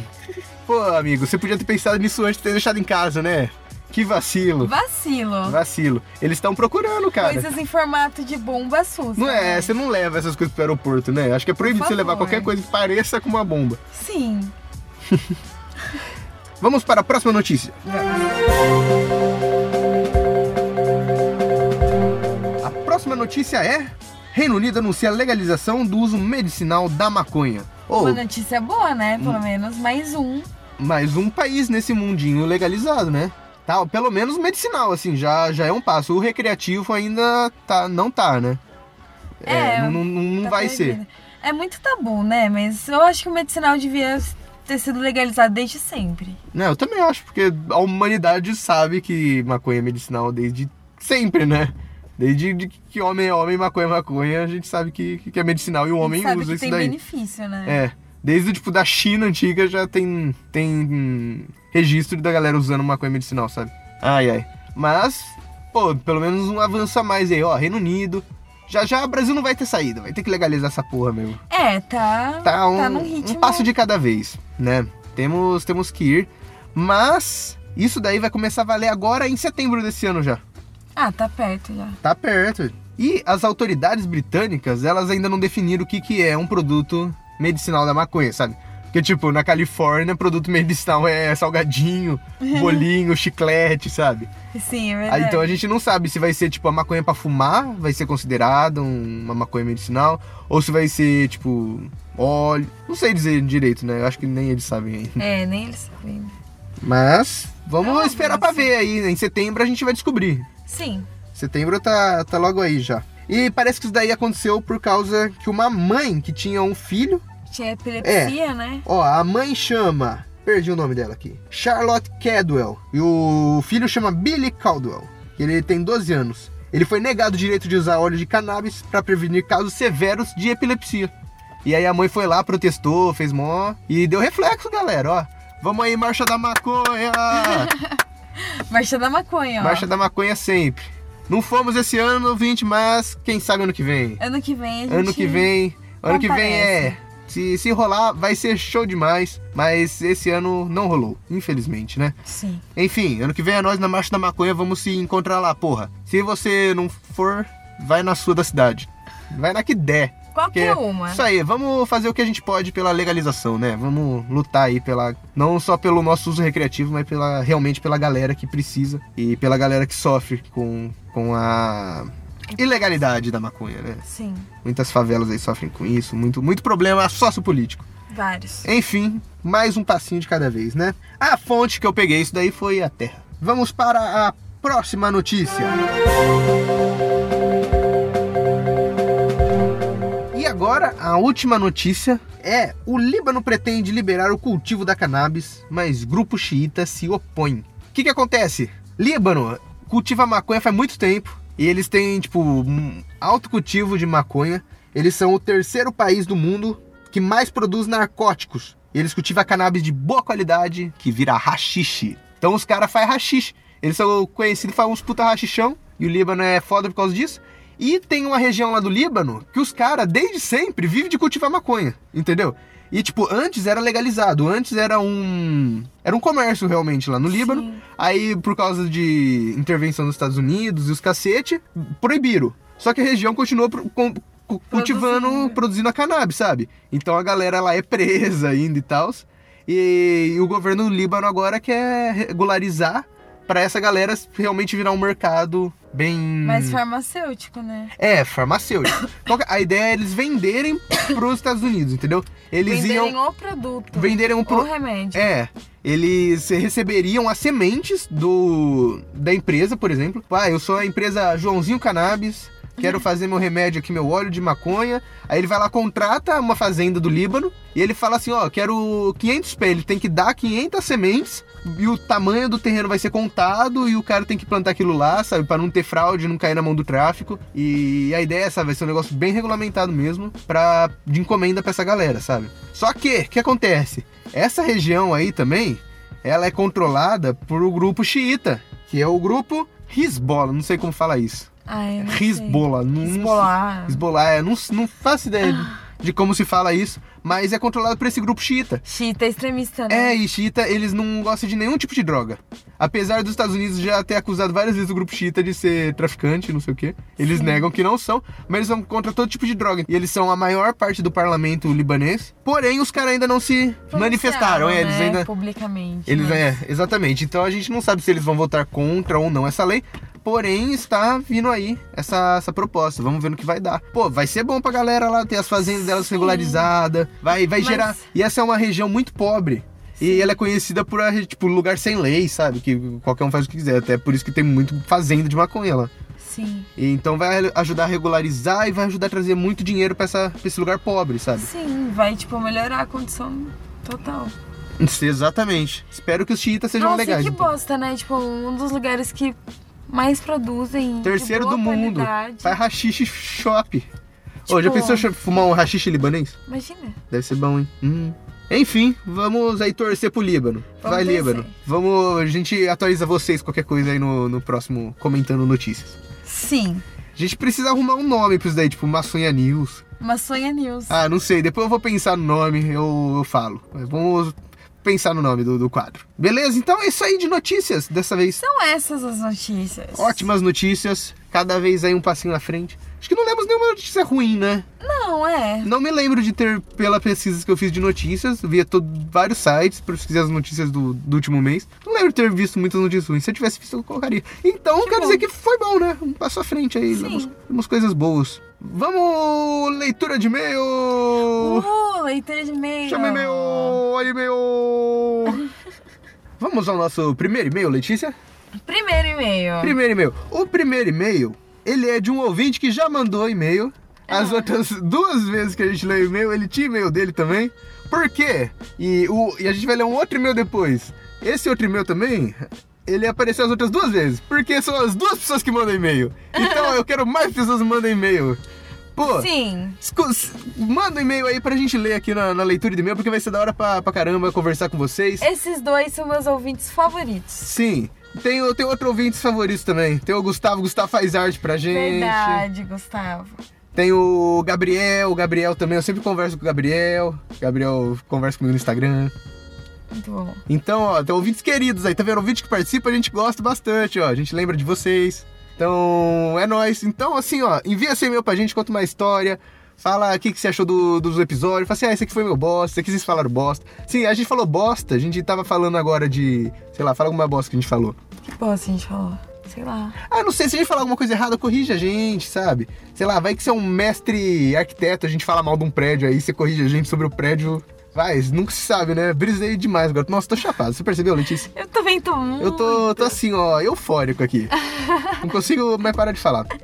A: Pô, amigo, você podia ter pensado nisso antes de ter deixado em casa, né? Que vacilo.
B: Vacilo.
A: Vacilo. Eles estão procurando, cara.
B: Coisas em formato de bomba Né? suja.
A: Não é, você não leva essas coisas pro aeroporto, né? Acho que é proibido você levar
B: favor.
A: qualquer coisa que pareça com uma bomba.
B: Sim.
A: Vamos para a próxima notícia. A próxima notícia é: Reino Unido anuncia a legalização do uso medicinal da maconha. Ou
B: Uma notícia boa, né?
A: Hum.
B: Pelo menos mais um.
A: mais um país nesse mundinho legalizado, né? Tá, pelo menos medicinal, assim, já, já é um passo. O recreativo ainda tá, não tá, né?
B: É,
A: não, não- não- não
B: Tá
A: vai ser.
B: proibido. É muito tabu, né? Mas eu acho que o medicinal devia ter sido legalizado desde sempre.
A: Não, Né, eu também acho, porque a humanidade sabe que maconha é medicinal desde sempre, né? Desde de que homem é homem, maconha é maconha, a gente sabe que, que é medicinal e o
B: A gente
A: homem
B: sabe
A: usa
B: que
A: isso
B: tem
A: daí.
B: benefício, né?
A: É. Desde tipo da China antiga já tem tem hum, registro da galera usando maconha medicinal, sabe? Ai ai. Mas, pô, pelo menos um avanço a mais aí, ó, Reino Unido. Já já o Brasil não vai ter saída, vai ter que legalizar essa porra mesmo.
B: É, tá.
A: Tá um,
B: num
A: um
B: ritmo.
A: passo de cada vez, né? Temos temos que ir, mas isso daí vai começar a valer agora em setembro desse ano já.
B: Ah, tá perto já.
A: Tá perto. E as autoridades britânicas, elas ainda não definiram o que, que é um produto medicinal da maconha, sabe? Porque, tipo, na Califórnia, produto medicinal é salgadinho, bolinho, chiclete, sabe?
B: Sim, é
A: Aí,
B: verdade.
A: então a gente não sabe se vai ser, tipo, a maconha pra fumar, vai ser considerada um- uma maconha medicinal, ou se vai ser, tipo, óleo. Não sei dizer direito, né? Eu acho que nem eles sabem ainda.
B: É, nem eles sabem.
A: Mas, vamos
B: É um
A: esperar pra
B: avanço.
A: ver aí, né? Em setembro a gente vai descobrir.
B: Sim.
A: Setembro tá, tá logo aí já. E parece que isso daí aconteceu por causa que uma mãe que tinha um filho.
B: Tinha epilepsia,
A: É.
B: né?
A: Ó, a mãe chama. Perdi o nome dela aqui. Charlotte Cadwell. E o filho chama Billy Caldwell. Ele tem 12 anos. Ele foi negado o direito de usar óleo de cannabis para prevenir casos severos de epilepsia. E aí a mãe foi lá, protestou, fez mó. E deu reflexo, galera, ó. Vamos aí, marcha da maconha!
B: Marcha da maconha, ó.
A: marcha da maconha sempre. Não fomos esse ano, 20, mas quem sabe ano que vem.
B: Ano que vem a gente...
A: Ano que vem. Ano que vem
B: comparece.
A: é. Se, se rolar, vai ser show demais. Mas esse ano não rolou, infelizmente, né?
B: Sim.
A: Enfim, ano que vem é nós na Marcha da Maconha. Vamos se encontrar lá, porra. Se você não for, vai na sua da cidade. Vai na que der. Porque
B: Qualquer uma.
A: Isso aí, vamos fazer o que a gente pode pela legalização, né? Vamos lutar aí pela. Não só pelo nosso uso recreativo, mas pela realmente pela galera que precisa e pela galera que sofre com, com a ilegalidade da maconha, né?
B: Sim.
A: Muitas favelas aí sofrem com isso, muito, muito problema sociopolítico.
B: Vários.
A: Hum. Enfim, mais um passinho de cada vez, né? A fonte que eu peguei isso daí foi a Terra. Vamos para a próxima notícia. E agora a última notícia é: o Líbano pretende liberar o cultivo da cannabis, mas grupo xiita se opõe. O que que acontece? Líbano cultiva maconha faz muito tempo e eles têm tipo um alto cultivo de maconha. Eles são o terceiro país do mundo que mais produz narcóticos. Eles cultivam cannabis de boa qualidade, que vira rachixe. Então os caras fazem rachixe. Eles são conhecidos por uns puta rachichão. E o Líbano é foda por causa disso. E tem uma região lá do Líbano que os caras, desde sempre, vivem de cultivar maconha. Entendeu? E, tipo, antes era legalizado. Antes era um... Era um comércio, realmente, lá no Líbano.
B: Sim.
A: Aí, por causa de intervenção dos Estados Unidos e os cacete, proibiram. Só que a região continuou pro- com- cu- cultivando,
B: Produzindo.
A: produzindo a cannabis, sabe? Então a galera lá é presa ainda e tal. E, e o governo do Líbano agora quer regularizar pra essa galera realmente virar um mercado bem.
B: Mas farmacêutico, né?
A: É, farmacêutico. Então, a ideia é eles venderem pros Estados Unidos, entendeu? Eles
B: Venderem
A: iam.
B: o produto.
A: Venderem um pro...
B: O remédio.
A: É, eles receberiam as sementes do da empresa, por exemplo. Ah, eu sou a empresa Joãozinho Cannabis, quero fazer meu remédio aqui, meu óleo de maconha. Aí ele vai lá, contrata uma fazenda do Líbano e ele fala assim, ó, quero 500 pés, ele tem que dar 500 sementes e o tamanho do terreno vai ser contado e o cara tem que plantar aquilo lá, sabe? Pra não ter fraude, não cair na mão do tráfico. E a ideia é essa, vai ser um negócio bem regulamentado mesmo pra, de encomenda pra essa galera, sabe? Só que, o que acontece? Essa região aí também, ela é controlada por o grupo xiita, que é o grupo Hezbollah, não sei como fala isso.
B: Ai, eu não sei.
A: Hezbollah, não, não
B: Hezbollah. Ah.
A: Hezbollah, é, não, não faço ideia de, de como se fala isso, mas é controlado por esse grupo xiita.
B: Chita extremista, né?
A: É, e xiita, eles não gostam de nenhum tipo de droga. Apesar dos Estados Unidos já ter acusado várias vezes o grupo xiita de ser traficante, não sei o quê, eles negam que não são, mas eles são contra todo tipo de droga. E eles são a maior parte do parlamento libanês, porém os caras ainda não se manifestaram, é, eles
B: né,
A: ainda...
B: Publicamente.
A: Eles,
B: né?
A: é, exatamente. Então a gente não sabe se eles vão votar contra ou não essa lei. Porém, está vindo aí essa, essa proposta. Vamos ver no que vai dar. Pô, vai ser bom pra galera lá ter as fazendas delas
B: Sim.
A: regularizadas. Vai, vai
B: Mas-
A: gerar. E essa é uma região muito pobre. E ela é conhecida por, a re- tipo, lugar sem lei, sabe? Que qualquer um faz o que quiser. Até por isso que tem muito fazenda de maconha lá.
B: Sim.
A: E então vai ajudar a regularizar e vai ajudar a trazer muito dinheiro pra, essa, pra esse lugar pobre, sabe?
B: Sim, vai, tipo, melhorar a condição total.
A: Isso, Exatamente. Espero que os chiitas sejam
B: Nossa,
A: legais.
B: que
A: então.
B: bosta, né? Tipo, um dos lugares que mais produzem. de
A: Terceiro
B: boa
A: do mundo. Tá.
B: qualidade.
A: Faz rachixe shop. Ô, já
B: Tipo-
A: pensou em fumar um rachixe libanês?
B: Imagina.
A: Deve ser bom, hein? Hum. Enfim, vamos aí torcer pro Líbano.
B: Vamos
A: Vai,
B: torcer.
A: Líbano. Vamos, a gente atualiza vocês qualquer coisa aí no, no próximo Comentando Notícias.
B: Sim.
A: A gente precisa arrumar um nome pra isso daí, tipo Maçonha News.
B: Maçonha News.
A: Ah, não sei, depois eu vou pensar no nome, eu, eu falo. Mas vamos pensar no nome do, do quadro. Beleza? Então é isso aí de notícias dessa vez.
B: São essas as notícias.
A: Ótimas notícias, cada vez aí um passinho na frente. Acho que não lemos nenhuma notícia ruim, né?
B: Não, é.
A: Não me lembro de ter, pela pesquisa que eu fiz de notícias, via todo, vários sites, pesquisei as notícias do, do último mês. Não lembro de ter visto muitas notícias ruins. Se eu tivesse visto, eu colocaria. Então,
B: Que
A: quero
B: bom.
A: dizer que foi bom, né? Um passo à frente aí,
B: Sim.
A: umas, coisas boas. Vamos, leitura de e-mail!
B: Uh, leitura de e-mail.
A: Chama e-mail! Olha e-mail! Vamos ao nosso primeiro e-mail, Letícia?
B: Primeiro e-mail.
A: Primeiro e-mail. O primeiro e-mail, ele é de um ouvinte que já mandou e-mail. As outras duas vezes que a gente leu e-mail, ele tinha e-mail dele também. Por quê? E, o, e a gente vai ler um outro e-mail depois. Esse outro e-mail também, ele apareceu as outras duas vezes. Porque são as duas pessoas que mandam e-mail. Então eu quero mais pessoas que mandem e-mail. Pô,
B: Sim.
A: Escu- s- manda um e-mail aí pra gente ler aqui na, na leitura de e-mail, porque vai ser da hora pra, pra caramba conversar com vocês.
B: Esses dois são meus ouvintes favoritos.
A: Sim. Tem, o- tem outro ouvinte favorito também. Tem o Gustavo, Gustavo faz arte pra gente.
B: Verdade, Gustavo.
A: Tem o Gabriel, o Gabriel também. Eu sempre converso com o Gabriel. O Gabriel conversa comigo no Instagram.
B: Muito bom.
A: Então, ó, tem ouvintes queridos aí, tá vendo? Ouvinte que participa, a gente gosta bastante, ó. A gente lembra de vocês. Então, é nóis. Então, assim, ó, envia seu e-mail pra gente, conta uma história. Fala o que, que você achou do- dos episódios. Fala assim, ah, esse aqui foi meu bosta, esse aqui vocês falaram bosta. Sim, a gente falou bosta, a gente tava falando agora de. Sei lá, fala alguma bosta que a gente falou.
B: Que bosta a gente falou. Sei lá.
A: Ah, não sei, se a gente falar alguma coisa errada, corrige a gente, sabe? Sei lá, vai que você é um mestre arquiteto, a gente fala mal de um prédio aí, você corrige a gente sobre o prédio. Vai, nunca se sabe, né? Brisei demais agora. Nossa, tô chapado. Você percebeu, Letícia?
B: Eu também tô muito.
A: Eu tô, tô assim, ó, eufórico aqui. Não consigo mais parar de falar. Tô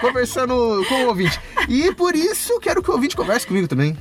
A: Conversando com o ouvinte. E por isso eu quero que o ouvinte converse comigo também.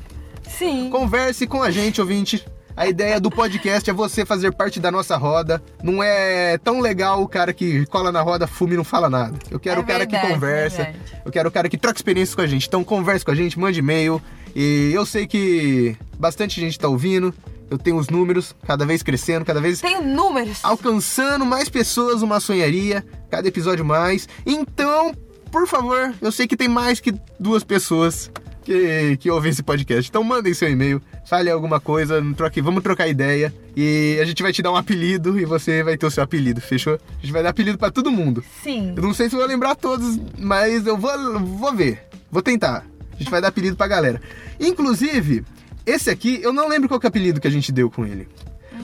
B: Sim.
A: Converse com a gente, ouvinte. A ideia do podcast é você fazer parte da nossa roda. Não é tão legal o cara que cola na roda, fuma e não fala nada. Eu quero
B: É
A: o cara que
B: verdade, é
A: conversa.
B: verdade.
A: Eu quero o cara que troca experiência com a gente. Então converse com a gente, mande e-mail. E eu sei que bastante gente tá ouvindo. Eu tenho os números cada vez crescendo, cada vez
B: Tenho números.
A: alcançando mais pessoas uma sonharia, cada episódio mais. Então, por favor, eu sei que tem mais que duas pessoas que, que ouvem esse podcast. Então mandem seu e-mail, fale alguma coisa, troque, vamos trocar ideia. E a gente vai te dar um apelido e você vai ter o seu apelido, fechou? A gente vai dar apelido pra todo mundo.
B: Sim.
A: Eu não sei se eu vou lembrar todos, mas eu vou, vou ver. Vou tentar. A gente vai dar apelido pra galera. Inclusive, esse aqui, eu não lembro qual que é o apelido que a gente deu com ele.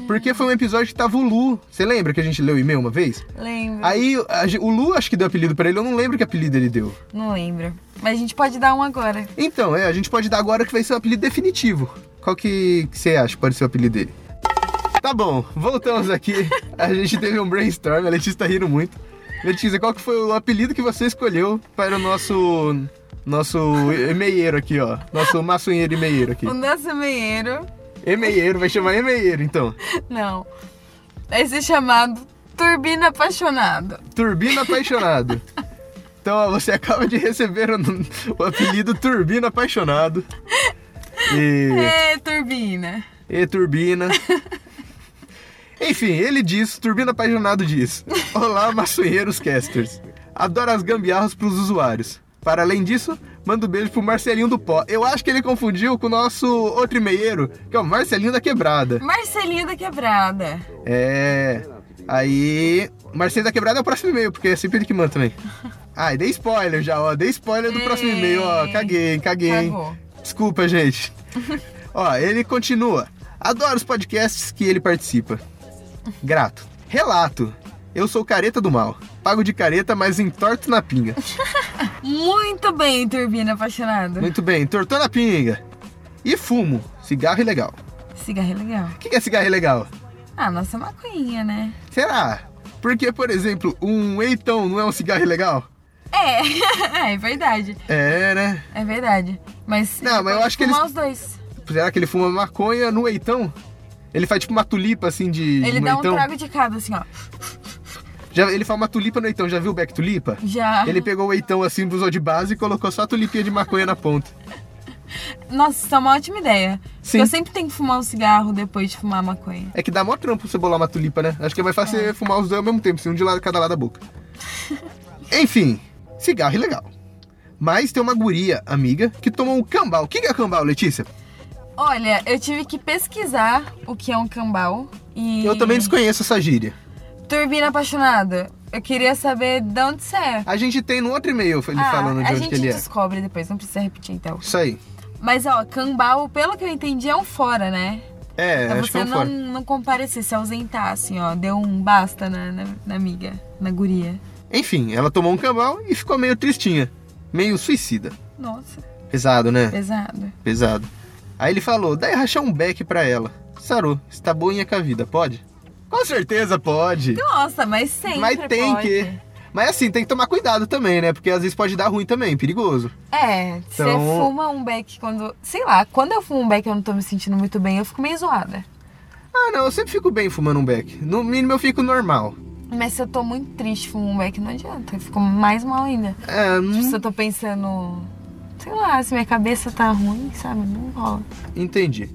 A: Porque foi um episódio que tava o Lu. Você lembra que a gente leu o e-mail uma vez?
B: Hum. Lembro.
A: Aí a gen- o Lu acho que deu apelido pra ele, eu não lembro que apelido ele deu.
B: Não lembro. Mas a gente pode dar um agora.
A: Então, é, a gente pode dar agora que vai ser o apelido definitivo. Qual que que você acha que pode ser o apelido dele? Tá bom, voltamos aqui. A gente teve um brainstorm, a Letícia tá rindo muito. Letícia, qual que foi o apelido que você escolheu para o nosso nosso e-mailheiro aqui, ó? Nosso maçonheiro e-mailheiro aqui.
B: O nosso meieiro.
A: E-mailheiro, vai chamar e-mailheiro, então.
B: Não. É Esse chamado Turbina Apaixonado.
A: Turbina Apaixonado. Então ó, você acaba de receber o, o apelido Turbina Apaixonado. E,
B: É, Turbina.
A: e Turbina. Enfim, ele diz, Turbina Apaixonado diz: Olá, maçonheiros casters. Adoro as gambiarras pros usuários. Para além disso, manda um beijo pro Marcelinho do Pó. Eu acho que ele confundiu com o nosso outro e-mailheiro, que é o Marcelinho da Quebrada.
B: Marcelinho da Quebrada.
A: É. Aí. Marcelinho da Quebrada é o próximo e-mail, porque é sempre ele que manda também. Ai, dei spoiler já, ó. Dei spoiler do próximo e-mail, ó. Caguei, hein, caguei. hein.
B: Cagou.
A: Desculpa, gente. ó, ele continua. Adoro os podcasts que ele participa. Grato. Relato. Eu sou careta do mal. Pago de careta, mas entorto na pinga.
B: Muito bem, Turbina Apaixonado.
A: Muito bem, entortou na pinga. E fumo. Cigarro ilegal.
B: Cigarro é legal.
A: O que que é cigarro ilegal?
B: Ah, nossa maconhinha, né?
A: Será? Porque, por exemplo, um Eiton não é um cigarro ilegal?
B: É, é verdade.
A: É, né?
B: É verdade. Mas.
A: Não, mas eu
B: pode
A: acho que
B: fumar
A: eles-
B: os dois.
A: Será que ele fuma maconha no Eitão? Ele faz tipo uma tulipa assim de.
B: Ele
A: no
B: dá um
A: Eitão.
B: trago de cada, assim, ó.
A: Já, ele faz uma tulipa no Eitão, já viu o Beck Tulipa?
B: Já.
A: Ele pegou o Eitão assim, usou de base e colocou só a tulipinha de maconha na ponta.
B: Nossa, isso é uma ótima ideia.
A: Sim.
B: Eu sempre tenho que fumar um cigarro depois de fumar a maconha.
A: É que dá mó trampo você bolar uma tulipa, né? Acho que é mais fácil você fumar os dois ao mesmo tempo, assim, um de lado, cada lado da boca. Enfim, cigarro é ilegal. Mas tem uma guria, amiga, que tomou um cambal. O que que é cambal, Letícia?
B: Olha, eu tive que pesquisar o que é um cambal. E.
A: Eu também desconheço essa gíria.
B: Turbina Apaixonado. Eu queria saber de onde você é.
A: A gente tem no outro e-mail ele
B: ah,
A: falando de
B: a
A: onde
B: gente
A: que ele é.
B: descobre depois, não precisa repetir então.
A: Isso aí.
B: Mas ó, cambal, pelo que eu entendi, é um fora, né?
A: É,
B: É
A: acho que é
B: você
A: um
B: não,
A: fora.
B: não comparecer, se ausentar, assim, ó. Deu um basta na, na, na amiga, na guria.
A: Enfim, ela tomou um cambal e ficou meio tristinha. Meio suicida.
B: Nossa,
A: Pesado, né?
B: pesado.
A: Pesado. Aí ele falou, daí rachar um beck pra ela. Saru, está boinha com a vida, pode? Com certeza pode.
B: Nossa, mas Então sempre
A: Mas tem
B: pode.
A: que. Mas assim, tem que tomar cuidado também, né? Porque às vezes pode dar ruim também, perigoso.
B: É, você
A: Então-
B: fuma um beck quando... Sei lá, quando eu fumo um beck e eu não tô me sentindo muito bem, eu fico meio zoada.
A: Ah, não, eu sempre fico bem fumando um beck. No mínimo eu fico normal.
B: Mas se eu tô muito triste fumo um beck, não adianta. Eu fico mais mal ainda.
A: É,
B: Tipo,
A: hum,
B: se eu tô pensando... Sei lá, se minha cabeça tá ruim, sabe? Não rola.
A: entendi.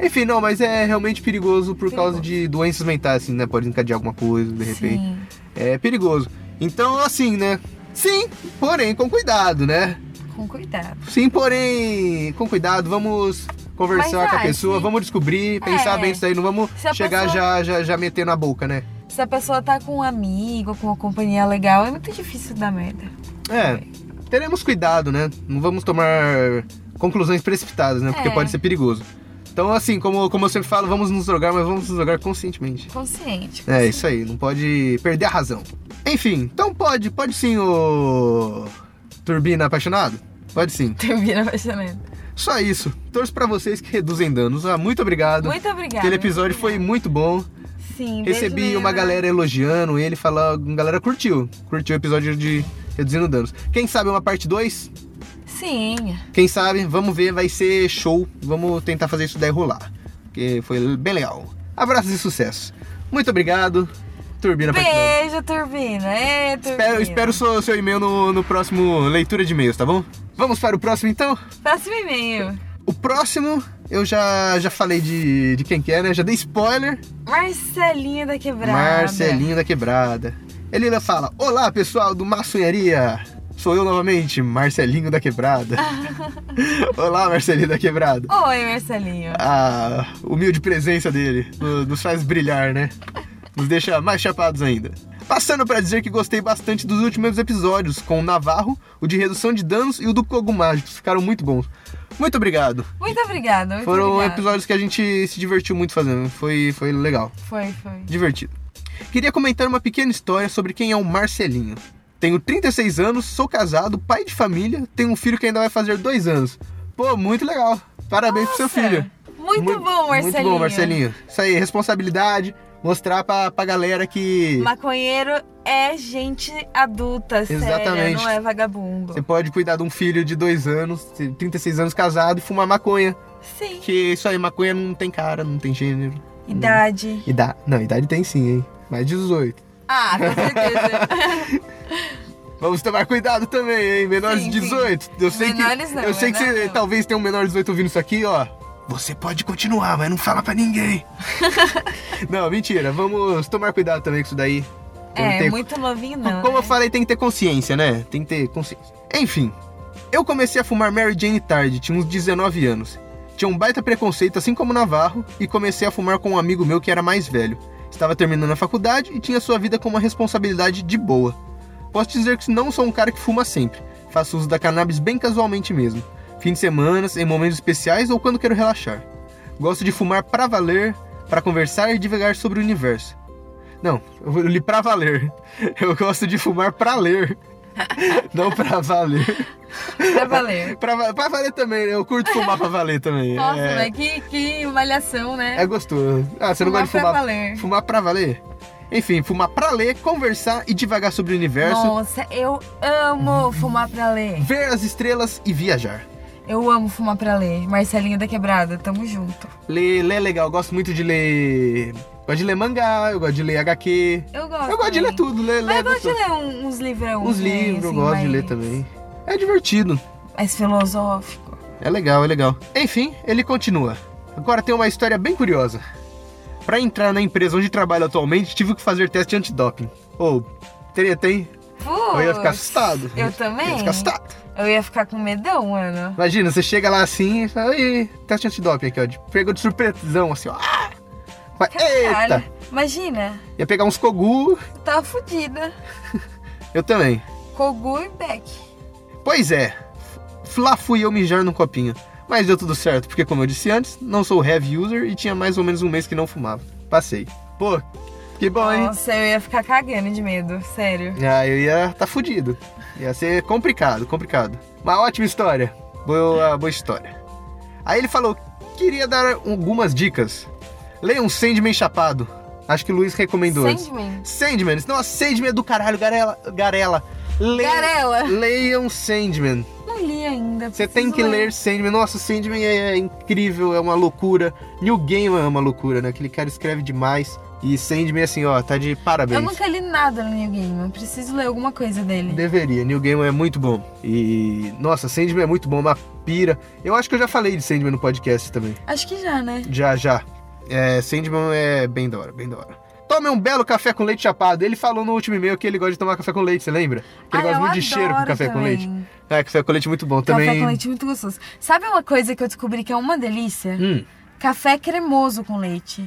A: Enfim, não, mas é realmente perigoso por
B: Perigoso.
A: causa de doenças mentais, assim, né? Pode encadear alguma coisa, de repente.
B: Sim.
A: É perigoso. Então, assim, né? Sim, porém, com cuidado, né?
B: Com cuidado.
A: Sim, porém, com cuidado, vamos conversar
B: Mas,
A: com a
B: ah,
A: pessoa,
B: se-
A: vamos descobrir, pensar
B: É.
A: bem isso aí, não vamos
B: Se a
A: chegar já,
B: pessoa-
A: já, já metendo a boca, né?
B: Se a pessoa tá com um amigo, com uma companhia legal, é muito difícil dar merda.
A: É, teremos cuidado, né? Não vamos tomar conclusões precipitadas, né? Porque
B: É.
A: pode ser perigoso. Então, assim, como, como eu sempre falo, vamos nos drogar, mas vamos nos drogar conscientemente.
B: Consciente.
A: É, isso aí, não pode perder a razão. Enfim, então pode, pode sim, o Turbina Apaixonado? Pode sim.
B: Termina apaixonado.
A: Só isso. Torço pra vocês que reduzem danos. Ah, muito obrigado.
B: Muito obrigada.
A: Aquele episódio foi muito bom.
B: Sim, beijo, né?
A: Recebi
B: Nena.
A: uma galera elogiando ele, falando, a galera curtiu. Curtiu o episódio de Reduzindo Danos. Quem sabe uma parte 2?
B: Sim.
A: Quem sabe, vamos ver, vai ser show. Vamos tentar fazer isso daí rolar. Porque foi bem legal. Abraços e sucesso. Muito obrigado. Turbina Partidão.
B: Beijo, Turbina. Ê, Turbina.
A: Espero, espero o seu, seu e-mail no, no próximo leitura de e-mails, tá bom? Vamos para o próximo então?
B: Próximo e-mail.
A: O próximo, eu já, já falei de, de quem que é, né? Já dei spoiler.
B: Marcelinho da Quebrada.
A: Marcelinho da Quebrada. Ele ainda fala: Olá pessoal do Maçonharia! Sou eu novamente, Marcelinho da Quebrada. Olá, Marcelinho da Quebrada.
B: Oi, Marcelinho.
A: A humilde presença dele no- nos faz brilhar, né? Nos deixa mais chapados ainda. Passando pra dizer que gostei bastante dos últimos episódios, com o Navarro, o de redução de danos e o do Cogo Mágico. Ficaram muito bons. Muito obrigado.
B: Muito obrigada. Muito
A: Foram
B: obrigada.
A: episódios que a gente se divertiu muito fazendo. Foi, foi legal
B: Foi, foi.
A: divertido. Queria comentar uma pequena história sobre quem é o Marcelinho. Tenho 36 anos, sou casado, pai de família, tenho um filho que ainda vai fazer dois anos. Pô, muito legal. Parabéns pro seu
B: Nossa,
A: filho.
B: Muito, bom, Marcelinho.
A: Muito bom, Marcelinho. Isso aí, responsabilidade, mostrar pra, pra galera que
B: Maconheiro é gente adulta, séria,
A: Exatamente.
B: não é vagabundo.
A: você pode cuidar de um filho de dois anos, 36 anos casado e fumar maconha.
B: Sim.
A: Que isso aí, maconha não tem cara, não tem gênero.
B: Idade.
A: Idade. Não, idade tem sim, hein? Mais 18.
B: Ah, com certeza.
A: Vamos tomar cuidado também, hein? Menores
B: Sim,
A: de
B: sim.
A: 18. Eu sei
B: Menores
A: que.
B: não,
A: eu sei que
B: menor
A: você
B: não.
A: talvez tenha um menor de 18 ouvindo isso aqui, ó. Você pode continuar, mas não fala pra ninguém. não, mentira. Vamos tomar cuidado também com isso daí. Vamos
B: é,
A: ter-
B: muito novinho não.
A: Como
B: né?
A: eu falei, tem que ter consciência, né? Tem que ter consciência. Enfim, eu comecei a fumar Mary Jane tarde, tinha uns 19 anos. Tinha um baita preconceito, assim como o Navarro, e comecei a fumar com um amigo meu que era mais velho. Estava terminando a faculdade e tinha sua vida com uma responsabilidade de boa. Posso dizer que não sou um cara que fuma sempre. Faço uso da cannabis bem casualmente mesmo. Fim de semana, em momentos especiais ou quando quero relaxar. Gosto de fumar pra valer, pra conversar e divagar sobre o universo. Não, eu li pra valer. Eu gosto de fumar pra ler. Não pra valer.
B: Pra valer.
A: Pra, va- pra valer também, né? eu curto fumar pra valer também.
B: Nossa,
A: é,
B: mas que, que malhação, né?
A: é gostoso. Ah, você não gosta de
B: pra
A: fumar.
B: valer.
A: Fumar pra valer? Enfim, fumar pra ler, conversar e divagar sobre o universo,
B: Nossa, eu amo fumar pra ler.
A: ver as estrelas e viajar.
B: Eu amo fumar pra ler. Marcelinho da Quebrada, tamo junto.
A: Ler, ler é legal, eu gosto muito de ler. Gosto de ler mangá, eu gosto de ler HQ.
B: Eu gosto.
A: Eu gosto de
B: também.
A: ler tudo, ler,
B: Mas
A: ler.
B: eu gosto de
A: gostoso.
B: ler um- uns livrão.
A: Uns
B: né,
A: livros, eu
B: assim,
A: gosto de
B: mais-
A: ler também. É divertido.
B: Mais filosófico.
A: É legal, é legal. Enfim, ele continua. Agora tem uma história bem curiosa. Pra entrar na empresa onde trabalho atualmente, tive que fazer teste antidoping. Ou, teria, tem? Eu ia ficar
B: Putz,
A: assustado.
B: Eu também.
A: Eu ia ficar assustado.
B: Eu ia ficar com medão, mano.
A: Imagina, você chega lá assim e fala, "Ih, teste antidoping aqui, ó. de- Pegou de surpresão, assim, ó. Ah! Vai,
B: Caralho.
A: eita!
B: Imagina,
A: Ia pegar uns cogu,
B: eu tava fodida.
A: eu também.
B: Kogu e Beck.
A: Pois é, f- lá fui eu mijar num copinho. Mas deu tudo certo, porque como eu disse antes, não sou heavy user e tinha mais ou menos um mês que não fumava. Passei. Pô, que bom, hein?
B: Nossa, eu ia ficar cagando de medo, sério.
A: Ah, eu ia tá fudido. Ia ser complicado, complicado. Uma ótima história. Boa, boa história. Aí ele falou, queria dar algumas dicas. Leia um Sandman chapado. Acho que o Luiz recomendou antes.
B: Sandman.
A: Sandman. Não, Sandman é do caralho, Garela. Garela. Leia,
B: Garela.
A: Leiam Sandman.
B: Não li ainda.
A: Você
B: preciso
A: tem que ler Sandman. Nossa, Sandman é incrível, é uma loucura. New Gaiman é uma loucura, né? Aquele cara escreve demais. E Sandman, assim, ó, tá de parabéns.
B: Eu nunca li nada no New Game. Eu preciso ler alguma coisa dele.
A: Deveria, New Gaiman é muito bom. E, nossa, Sandman é muito bom, uma pira. Eu acho que eu já falei de Sandman no podcast também.
B: Acho que já, né?
A: Já, já. É, Sandman é bem da hora, bem da hora. Tome um belo café com leite chapado. Ele falou no último e-mail que ele gosta de tomar café com leite, você lembra? Que ele
B: Ah,
A: gosta
B: eu
A: muito de cheiro com
B: adoro
A: café com
B: também.
A: leite. É, café com leite é muito bom
B: Café
A: também.
B: com leite muito gostoso. Sabe uma coisa que eu descobri que é uma delícia?
A: Hum,
B: Café cremoso com leite.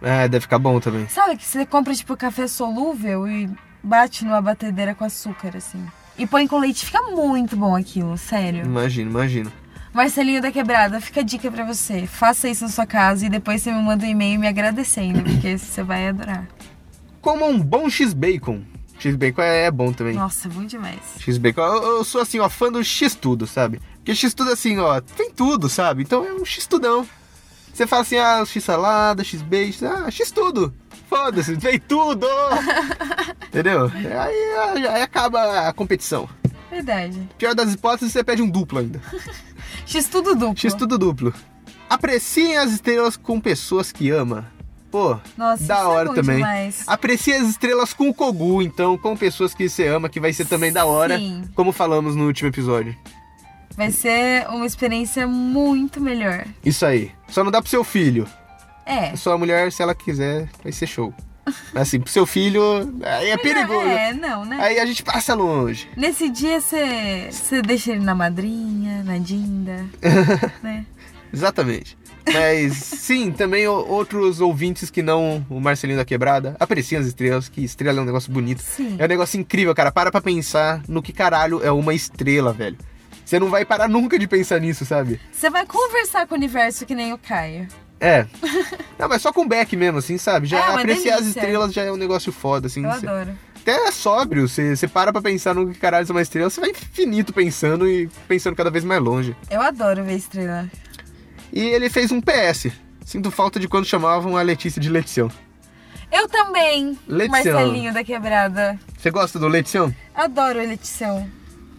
A: é, deve ficar bom também.
B: Sabe que você compra tipo café solúvel e bate numa batedeira com açúcar, assim. E põe com leite, fica muito bom aquilo, sério.
A: Imagino, imagino.
B: Marcelinho da Quebrada, fica a dica pra você. Faça isso na sua casa e depois você me manda um e-mail me agradecendo, porque você vai adorar.
A: Como um bom X-Bacon. X-Bacon é, é bom também.
B: Nossa, bom demais.
A: X-Bacon. Eu, eu sou assim, ó, fã do X-Tudo, sabe? Porque X-Tudo, assim, ó, tem tudo, sabe? Então é um X-Tudão. Você fala assim, ah, X-Salada, X-Bacon, ah, X-Tudo. Foda-se, vem tudo! Entendeu? Aí, aí acaba a competição.
B: Verdade.
A: Pior das hipóteses, você pede um duplo ainda.
B: X tudo duplo.
A: X-Tudo duplo. Apreciem as estrelas com pessoas que ama. Pô,
B: Nossa,
A: da
B: isso é
A: hora
B: bom
A: também. Ah,
B: demais.
A: Aprecie as estrelas com o Kogu, então, com pessoas que você ama, que vai ser também da hora,
B: Sim.
A: como falamos no último episódio.
B: Vai ser uma experiência muito melhor.
A: Isso aí. Só não dá pro seu filho.
B: É.
A: Sua mulher, se ela quiser, vai ser show. Mas assim, pro seu filho, aí é perigoso.
B: É, não, né?
A: Aí a gente passa longe.
B: Nesse dia você você deixa ele na madrinha, na dinda, né?
A: Exatamente. Mas sim, também o- outros ouvintes que não o Marcelinho da Quebrada, apreciem as estrelas, que estrela é um negócio bonito.
B: Sim.
A: É um negócio incrível, cara. Para pra pensar no que caralho é uma estrela, velho. Você não vai parar nunca de pensar nisso, sabe?
B: Você vai conversar com o universo que nem o Caio.
A: É. Não, mas só com Beck mesmo, assim, sabe? Já
B: É, uma
A: apreciar as
B: delícia.
A: estrelas já é um negócio foda, assim.
B: Eu
A: Você-
B: adoro.
A: Até é sóbrio, você, você para pra pensar no que caralho é uma estrela, você vai infinito pensando e pensando cada vez mais longe.
B: Eu adoro ver estrela.
A: E ele fez um PS. Sinto falta de quando chamavam a Letícia de Letição.
B: Eu também,
A: Letição.
B: Marcelinho da Quebrada.
A: Você gosta do Letição?
B: Adoro a Letição.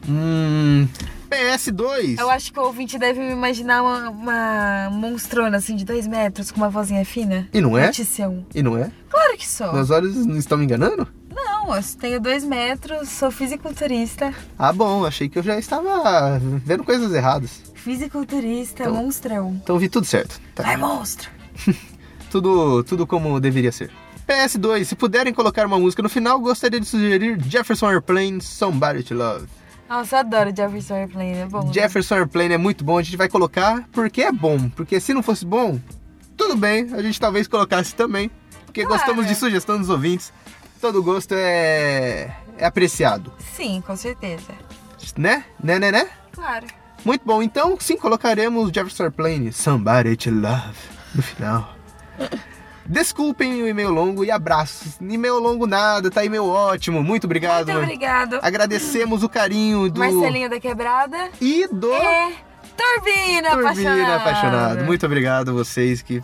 A: Hum. PS2.
B: Eu acho que o ouvinte deve me imaginar uma, uma monstrona, assim, de dois metros, com uma vozinha fina.
A: E não é?
B: Notícia um.
A: E não é?
B: Claro que sou.
A: Meus olhos não estão me enganando?
B: Não, eu tenho dois metros, sou fisiculturista.
A: Ah, bom, achei que eu já estava vendo coisas erradas.
B: Fisiculturista,
A: Então-
B: monstrão.
A: Então vi tudo certo. Tá.
B: Vai, monstro.
A: Tudo, tudo como deveria ser. PS2, se puderem colocar uma música no final, gostaria de sugerir Jefferson Airplane, Somebody to Love.
B: Nossa, eu adoro Jefferson Airplane, é bom. né?
A: Jefferson Airplane é muito bom, a gente vai colocar porque é bom. Porque se não fosse bom, tudo bem, a gente talvez colocasse também. Porque
B: Claro.
A: gostamos de sugestão dos ouvintes. Todo gosto é, é apreciado.
B: Sim, com certeza.
A: Né? Né, né, né?
B: Claro.
A: Muito bom, então sim, colocaremos Jefferson Airplane, Somebody to Love, no final. Desculpem o e-mail longo e abraços. E-mail longo nada, tá e-mail ótimo. Muito obrigado.
B: Muito obrigado.
A: Agradecemos o carinho do
B: Marcelinho É, da Quebrada.
A: e do
B: E Turbina,
A: Turbina
B: apaixonada.
A: apaixonado. Muito obrigado a vocês que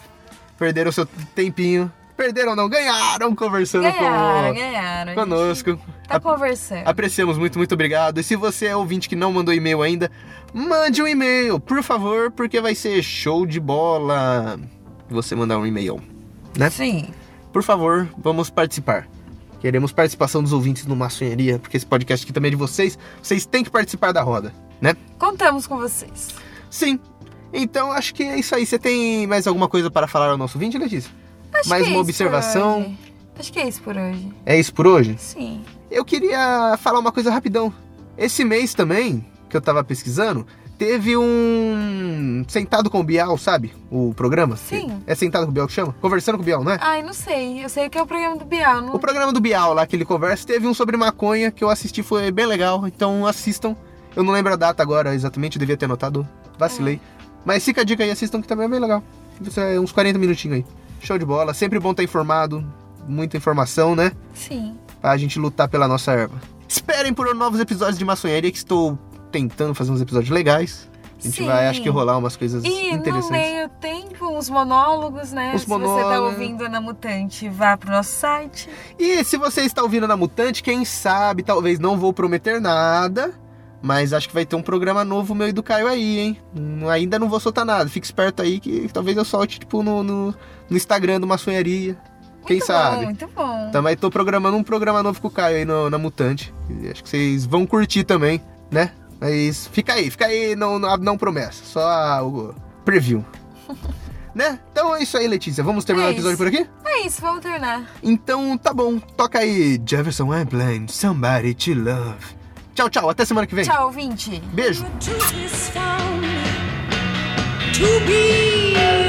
A: perderam seu tempinho. Perderam não, ganharam conversando
B: Ganharam,
A: com
B: ganharam. a
A: conosco.
B: gente Tá conversando.
A: Apreciamos muito, muito obrigado. E se você é ouvinte que não mandou e-mail ainda, mande um e-mail, por favor, porque vai ser show de bola você mandar um e-mail. né?
B: Sim.
A: Por favor, vamos participar. Queremos participação dos ouvintes no Maçonharia, porque esse podcast aqui também é de vocês. Vocês têm que participar da roda, né?
B: Contamos com vocês.
A: Sim. Então acho que é isso aí. Você tem mais alguma coisa para falar ao nosso ouvinte, Letícia?
B: Acho
A: Mais
B: que é
A: uma
B: isso por
A: observação?
B: hoje. Acho que é isso por hoje.
A: É isso por hoje?
B: Sim.
A: Eu queria falar uma coisa rapidão. Esse mês também, que eu tava pesquisando, teve um Sentado com o Bial, sabe? O programa.
B: Sim.
A: É Sentado com o Bial que chama? Conversando com o Bial, não é?
B: Ai, não sei. Eu sei que é o programa do Bial. Não...
A: O programa do Bial lá que ele conversa, teve um sobre maconha que eu assisti, foi bem legal, então assistam. Eu não lembro a data agora exatamente, eu devia ter anotado, vacilei. Mas fica a dica aí, assistam que também é bem legal. Isso é uns 40 minutinhos aí. Show de bola, sempre bom estar informado, muita informação, né?
B: Sim.
A: pra gente lutar pela nossa erva. Esperem por novos episódios de maçonharia que estou tentando fazer uns episódios legais. A gente
B: Sim.
A: vai, acho que, rolar umas coisas
B: E no
A: interessantes.
B: meio tempo, uns monólogos, né?
A: Os
B: Se você tá
A: monólogos.
B: ouvindo na Mutante, vá pro nosso site.
A: E se você está ouvindo na Mutante, quem sabe, talvez não vou prometer nada, mas acho que vai ter um programa novo meu e do Caio aí, hein? Hum, Ainda não vou soltar nada. Fique esperto aí que talvez eu solte, tipo, no, no, no Instagram do Maçonharia. Quem
B: muito
A: sabe?
B: Bom, muito bom.
A: Também tô programando um programa novo com o Caio aí no- na Mutante. E Acho que vocês vão curtir também, né? Mas fica aí, fica aí, não, não, não promessa, só a- o preview. né? Então é isso aí, Letícia. Vamos terminar
B: É
A: o episódio
B: isso.
A: por aqui?
B: É isso, vamos terminar.
A: Então tá bom, toca aí Jefferson Airplane, Somebody to Love. Tchau, tchau, até semana que vem.
B: Tchau, ouvinte.
A: Beijo.
C: Truth is found to be.
B: ah,